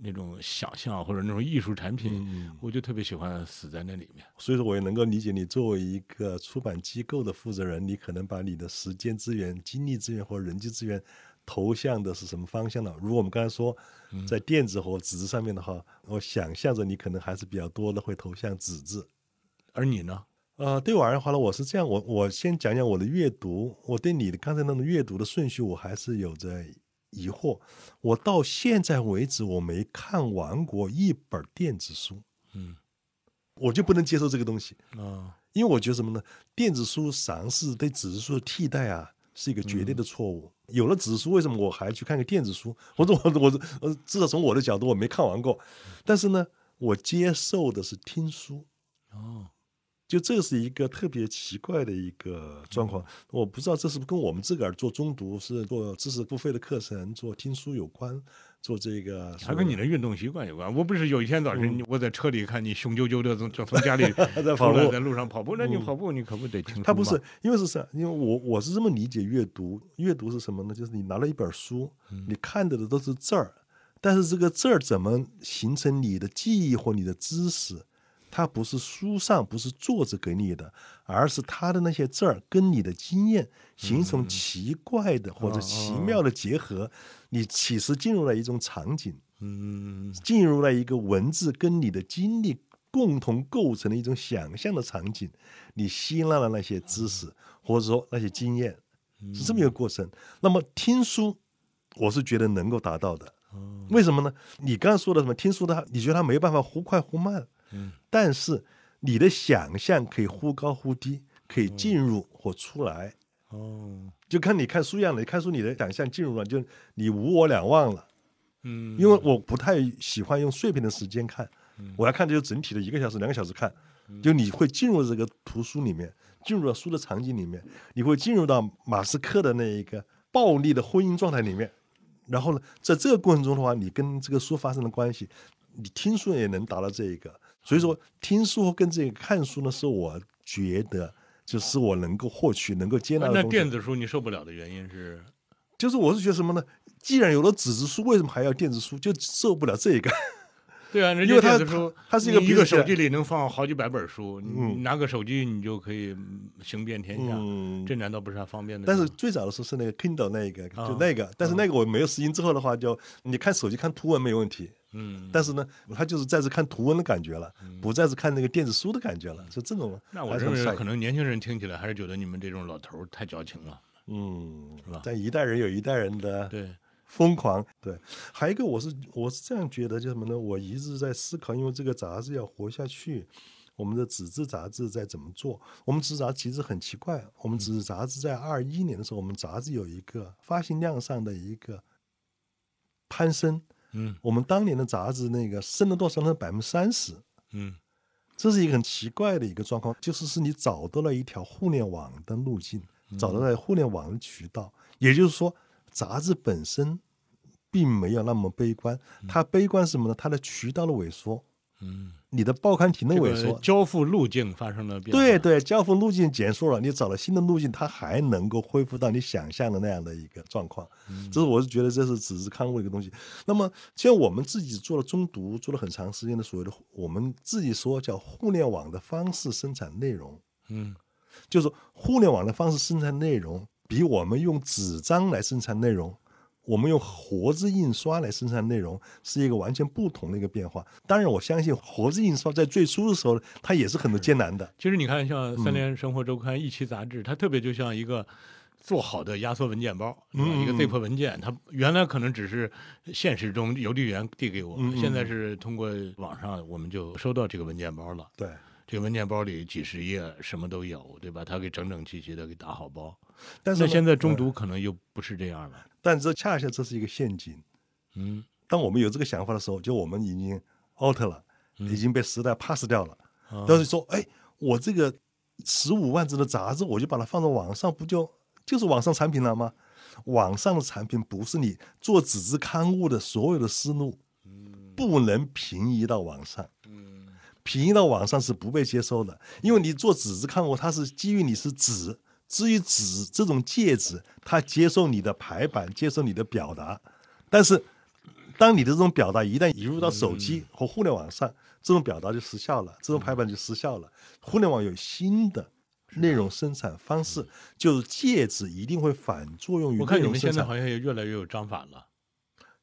那种想象或者那种艺术产品，我就特别喜欢死在那里面。
嗯所以说我也能够理解你作为一个出版机构的负责人，你可能把你的时间资源、精力资源或者人际资源投向的是什么方向呢？如果我们刚才说
嗯
在电子和纸质上面的话，我想象着你可能还是比较多的会投向纸质。
而你呢？
呃，对我而言的话呢，我是这样，我我先讲讲我的阅读，我对你的刚才那种阅读的顺序，我还是有着疑惑。我到现在为止，我没看完过一本电子书，
嗯，
我就不能接受这个东西。
啊，
因为我觉得什么呢？电子书尝试对纸质书的替代啊，是一个绝对的错误。有了纸质书，为什么我还去看个电子书？我我我呃，至少从我的角度，我没看完过。但是呢，我接受的是听书，
哦，
就这是一个特别奇怪的一个状况。我不知道这是不是跟我们自个儿做中读是做知识付费的课程、做听书有关，做这个
还跟你的运动习惯有关。我不是有一天早晨，我在车里看你雄赳赳的从从家里
跑
出来 [laughs]
步
在路上跑步，那你跑步你可不得听书吗？
它不是，因为是啥？因为我我是这么理解阅读，阅读是什么呢？就是你拿了一本书，你看到的都是字儿，但是这个字儿怎么形成你的记忆或你的知识？它不是书上，不是作者给你的，而是他的那些字儿跟你的经验形成奇怪的或者奇妙的结合，你岂是进入了一种场景？
嗯，
进入了一个文字跟你的经历共同构成的一种想象的场景，你吸纳了那些知识，或者说那些经验，是这么一个过程。那么听书，我是觉得能够达到的。
哦
为什么呢？你刚才说的什么听书的，你觉得它没办法忽快忽慢，但是你的想象可以忽高忽低，可以进入或出来，
哦，
就看你看书一样的，你看书你的想象进入了，就你无我两忘了。
嗯，
因为我不太喜欢用碎片的时间看，我要看这就整体的一个小时、两个小时看，
嗯
就你会进入这个图书里面，进入到书的场景里面，你会进入到马斯克的那一个暴力的婚姻状态里面，然后呢，在这个过程中的话，你跟这个书发生了关系，你听书也能达到这一个，所以说听书跟这个看书呢，是我觉得就是我能够获取、能够接纳
那
的东西
电。子书你受不了的原因是，
就是我是觉得什么呢？既然有了纸质书，为什么还要电子书？就受不了这一个。
对啊，人
因
家
为它
电子书
它它是一
你
个
一
笔
个
记
手机里能放好几百本书，你你拿个手机你就可以嗯行遍天下，
嗯
这啊难道不是它方便的地
但
方？
是最早的时候是那个 Kindle 那一个，就那个，但是那个我没有实行之后的话，就你看手机看图文没有问题，
嗯，
但是呢，它就是再次看图文的感觉了，不再是看那个电子书的感觉了，是这种。
那我
还是
认
很帅
为可能年轻人听起来还是觉得你们这种老头儿太矫情了。
嗯
是吧，
但一代人有一代人的
对，
疯狂，对。还有一个，我是我是这样觉得，就是什么呢？我一直在思考，因为这个杂志要活下去，我们的纸质杂志在怎么做？我们纸质杂志其实很奇怪，我们纸质杂志在二一年的时候，我们杂志有一个发行量上的一个攀升。
嗯
我们当年的杂志那个升了多少呢？百分之三十。
嗯
这是一个很奇怪的一个状况，就是是你找到了一条互联网的路径，找到了互联网的渠道，也就是说，杂志本身并没有那么悲观，它悲观是什么呢？它的渠道的萎缩，
嗯，
你的报刊亭的
这
萎
个
缩，
交付路径发生了变化。
对对，交付路径减速了，你找了新的路径，它还能够恢复到你想象的那样的一个状况。这是我是觉得这是纸质刊物的一个东西。那么，像我们自己做了中读，做了很长时间的所谓的我们自己说叫互联网的方式生产内容，
嗯
就是说互联网的方式生产内容，比我们用纸张来生产内容，我们用活字印刷来生产内容，是一个完全不同的一个变化。当然，我相信活字印刷在最初的时候，它也是很多艰难的。嗯
其实你看，像《三联生活周刊》一期杂志，它特别就像一个做好的压缩文件包，对吧
嗯
一个
嗯
zip 文件，它原来可能只是现实中邮递员递给我，
嗯嗯
现在是通过网上我们就收到这个文件包了。
对，
这个文件包里几十页，什么都有，对吧？它给整整齐齐的给打好包。
但是
那
呢
现在中，
嗯
毒可能又不是这样了。
但这恰恰这是一个陷阱。
嗯，
当我们有这个想法的时候，就我们已经 out 了，已经被时代 pass 掉了。
嗯啊
要是说，哎，我这个十五万字的杂志，我就把它放到网上，不就就是网上产品了吗？网上的产品不是你做纸质刊物的所有的思路，不能平移到网上。
嗯
平移到网上是不被接受的，因为你做纸质刊物，它是基于你是纸，至于纸这种介质，它接受你的排版，接受你的表达，但是当你的这种表达一旦移入到手
嗯
机和互联网上，这种表达就失效了，这种排版就失效了。
嗯
互联网有新的内容生产方式，就是介质一定会反作用
嗯
于
我
内
看你
容
们
生
现在
产，
好像也越来越有章法了。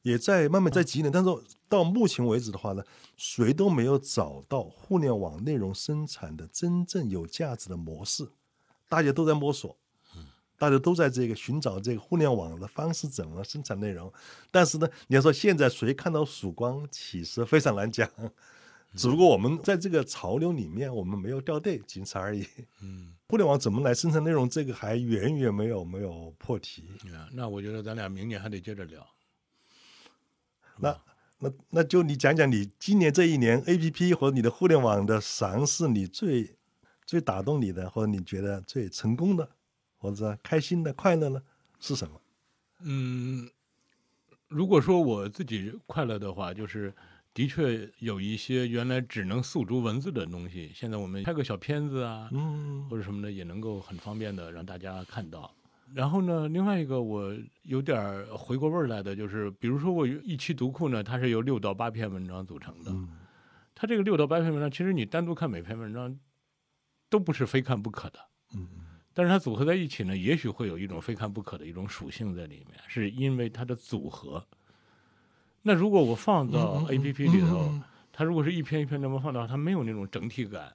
也在慢慢在积累。但是到目前为止的话呢，谁都没有找到互联网内容生产的真正有价值的模式，大家都在摸索。大家都在这个寻找这个互联网的方式怎么生产内容，但是呢，你要说现在谁看到曙光，其实非常难讲。只不过我们在这个潮流里面，我们没有掉队，仅此而已。
嗯，
互联网怎么来生产内容，这个还远远没有没有破题。
啊那我觉得咱俩明年还得接着聊。
那那那就你讲讲你今年这一年 A P P 和你的互联网的尝试，你最最打动你的，或者你觉得最成功的，或者开心的、快乐呢，是什么？
嗯，如果说我自己快乐的话，就是的确有一些原来只能诉诸文字的东西，现在我们拍个小片子啊，
嗯
或者什么的，也能够很方便的让大家看到。然后呢，另外一个我有点儿回过味儿来的，就是比如说我有一期读库呢，它是由六到八篇文章组成的。
嗯
它这个六到八篇文章，其实你单独看每篇文章都不是非看不可的。
嗯
但是它组合在一起呢，也许会有一种非看不可的一种属性在里面，是因为它的组合。那如果我放到 A P P 里头，
嗯嗯
它如果是一篇一篇这么放到，它没有那种整体感、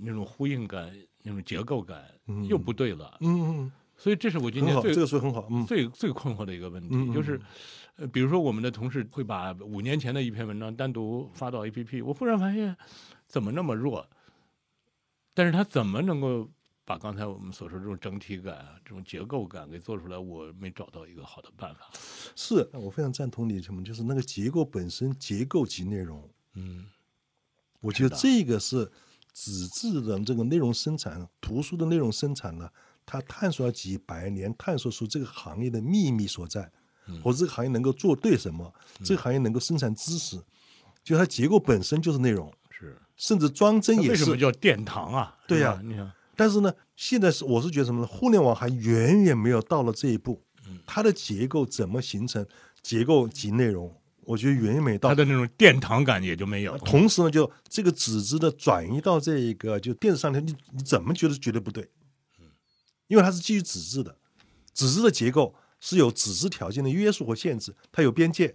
那种呼应感、那种结构感，
嗯
又不对了。
嗯
所以这是我今
嗯，很
年
好，
最、
这个说得很好。嗯
最最困惑的一个问题，
嗯嗯
就是。呃，比如说，我们的同事会把五年前的一篇文章单独发到 APP，我忽然发现怎么那么弱？但是他怎么能够把刚才我们所说的这种整体感、啊、这种结构感给做出来？我没找到一个好的办法。
是我非常赞同你什么，就是那个结构本身，结构及内容，
嗯
我觉得
是
这个是纸质的这个内容生产、图书的内容生产呢，它探索了几百年，探索出这个行业的秘密所在，
嗯
或者这个行业能够做对什么，这个行业能够生产知识，就它结构本身就是内容，
是。
甚至装帧
那
也
为什么
是。
叫殿堂啊？
对
是
呀
吧你想，
但是呢，现在是我是觉得什么呢？互联网还远远没有到了这一步，
嗯
它的结构怎么形成，结构及内容，我觉得远远没到
他。的那种殿堂感也就没有。
同时呢，就这个纸质的转移到这一个就电子上面，你你怎么觉得绝对不对？因为它是基于纸质的，纸质的结构是有纸质条件的约束和限制，它有边界，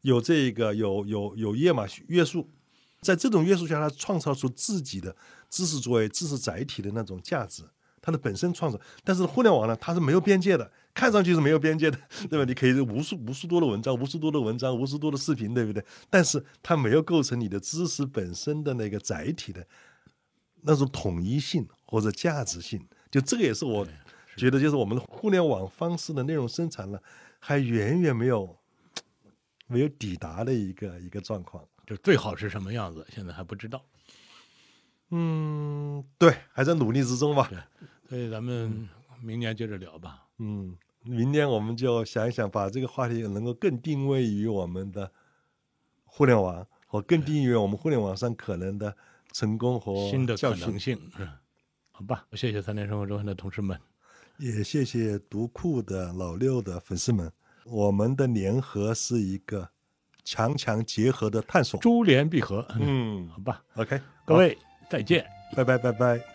有这个有有有页码约束，在这种约束下，它创造出自己的知识作为知识载体的那种价值，它的本身创造。但是互联网呢，它是没有边界的，看上去是没有边界的，对吧？你可以无数无数多的文章，无数多的文章，无数多的视频，对不对？但是它没有构成你的知识本身的那个载体的那种统一性或者价值性。就这个也是我觉得，就是我们的互联网方式的内容生产呢，还远远没有没有抵达的一个一个状况。
就最好是什么样子，现在还不知道。
嗯，对，还在努力之中吧。
所以咱们明年接着聊吧。
嗯，明天我们就想一想，把这个话题能够更定位于我们的互联网，和更定义于我们互联网上可能的成功和
新的
教
可能嗯
训。
性，是吧好吧？谢谢三联生活周刊的同事们。
也谢谢读库的老六的粉丝们，我们的联合是一个强强结合的探索。
珠联璧合，
嗯
好吧，
，OK，
各位再见。
好，拜拜，拜拜。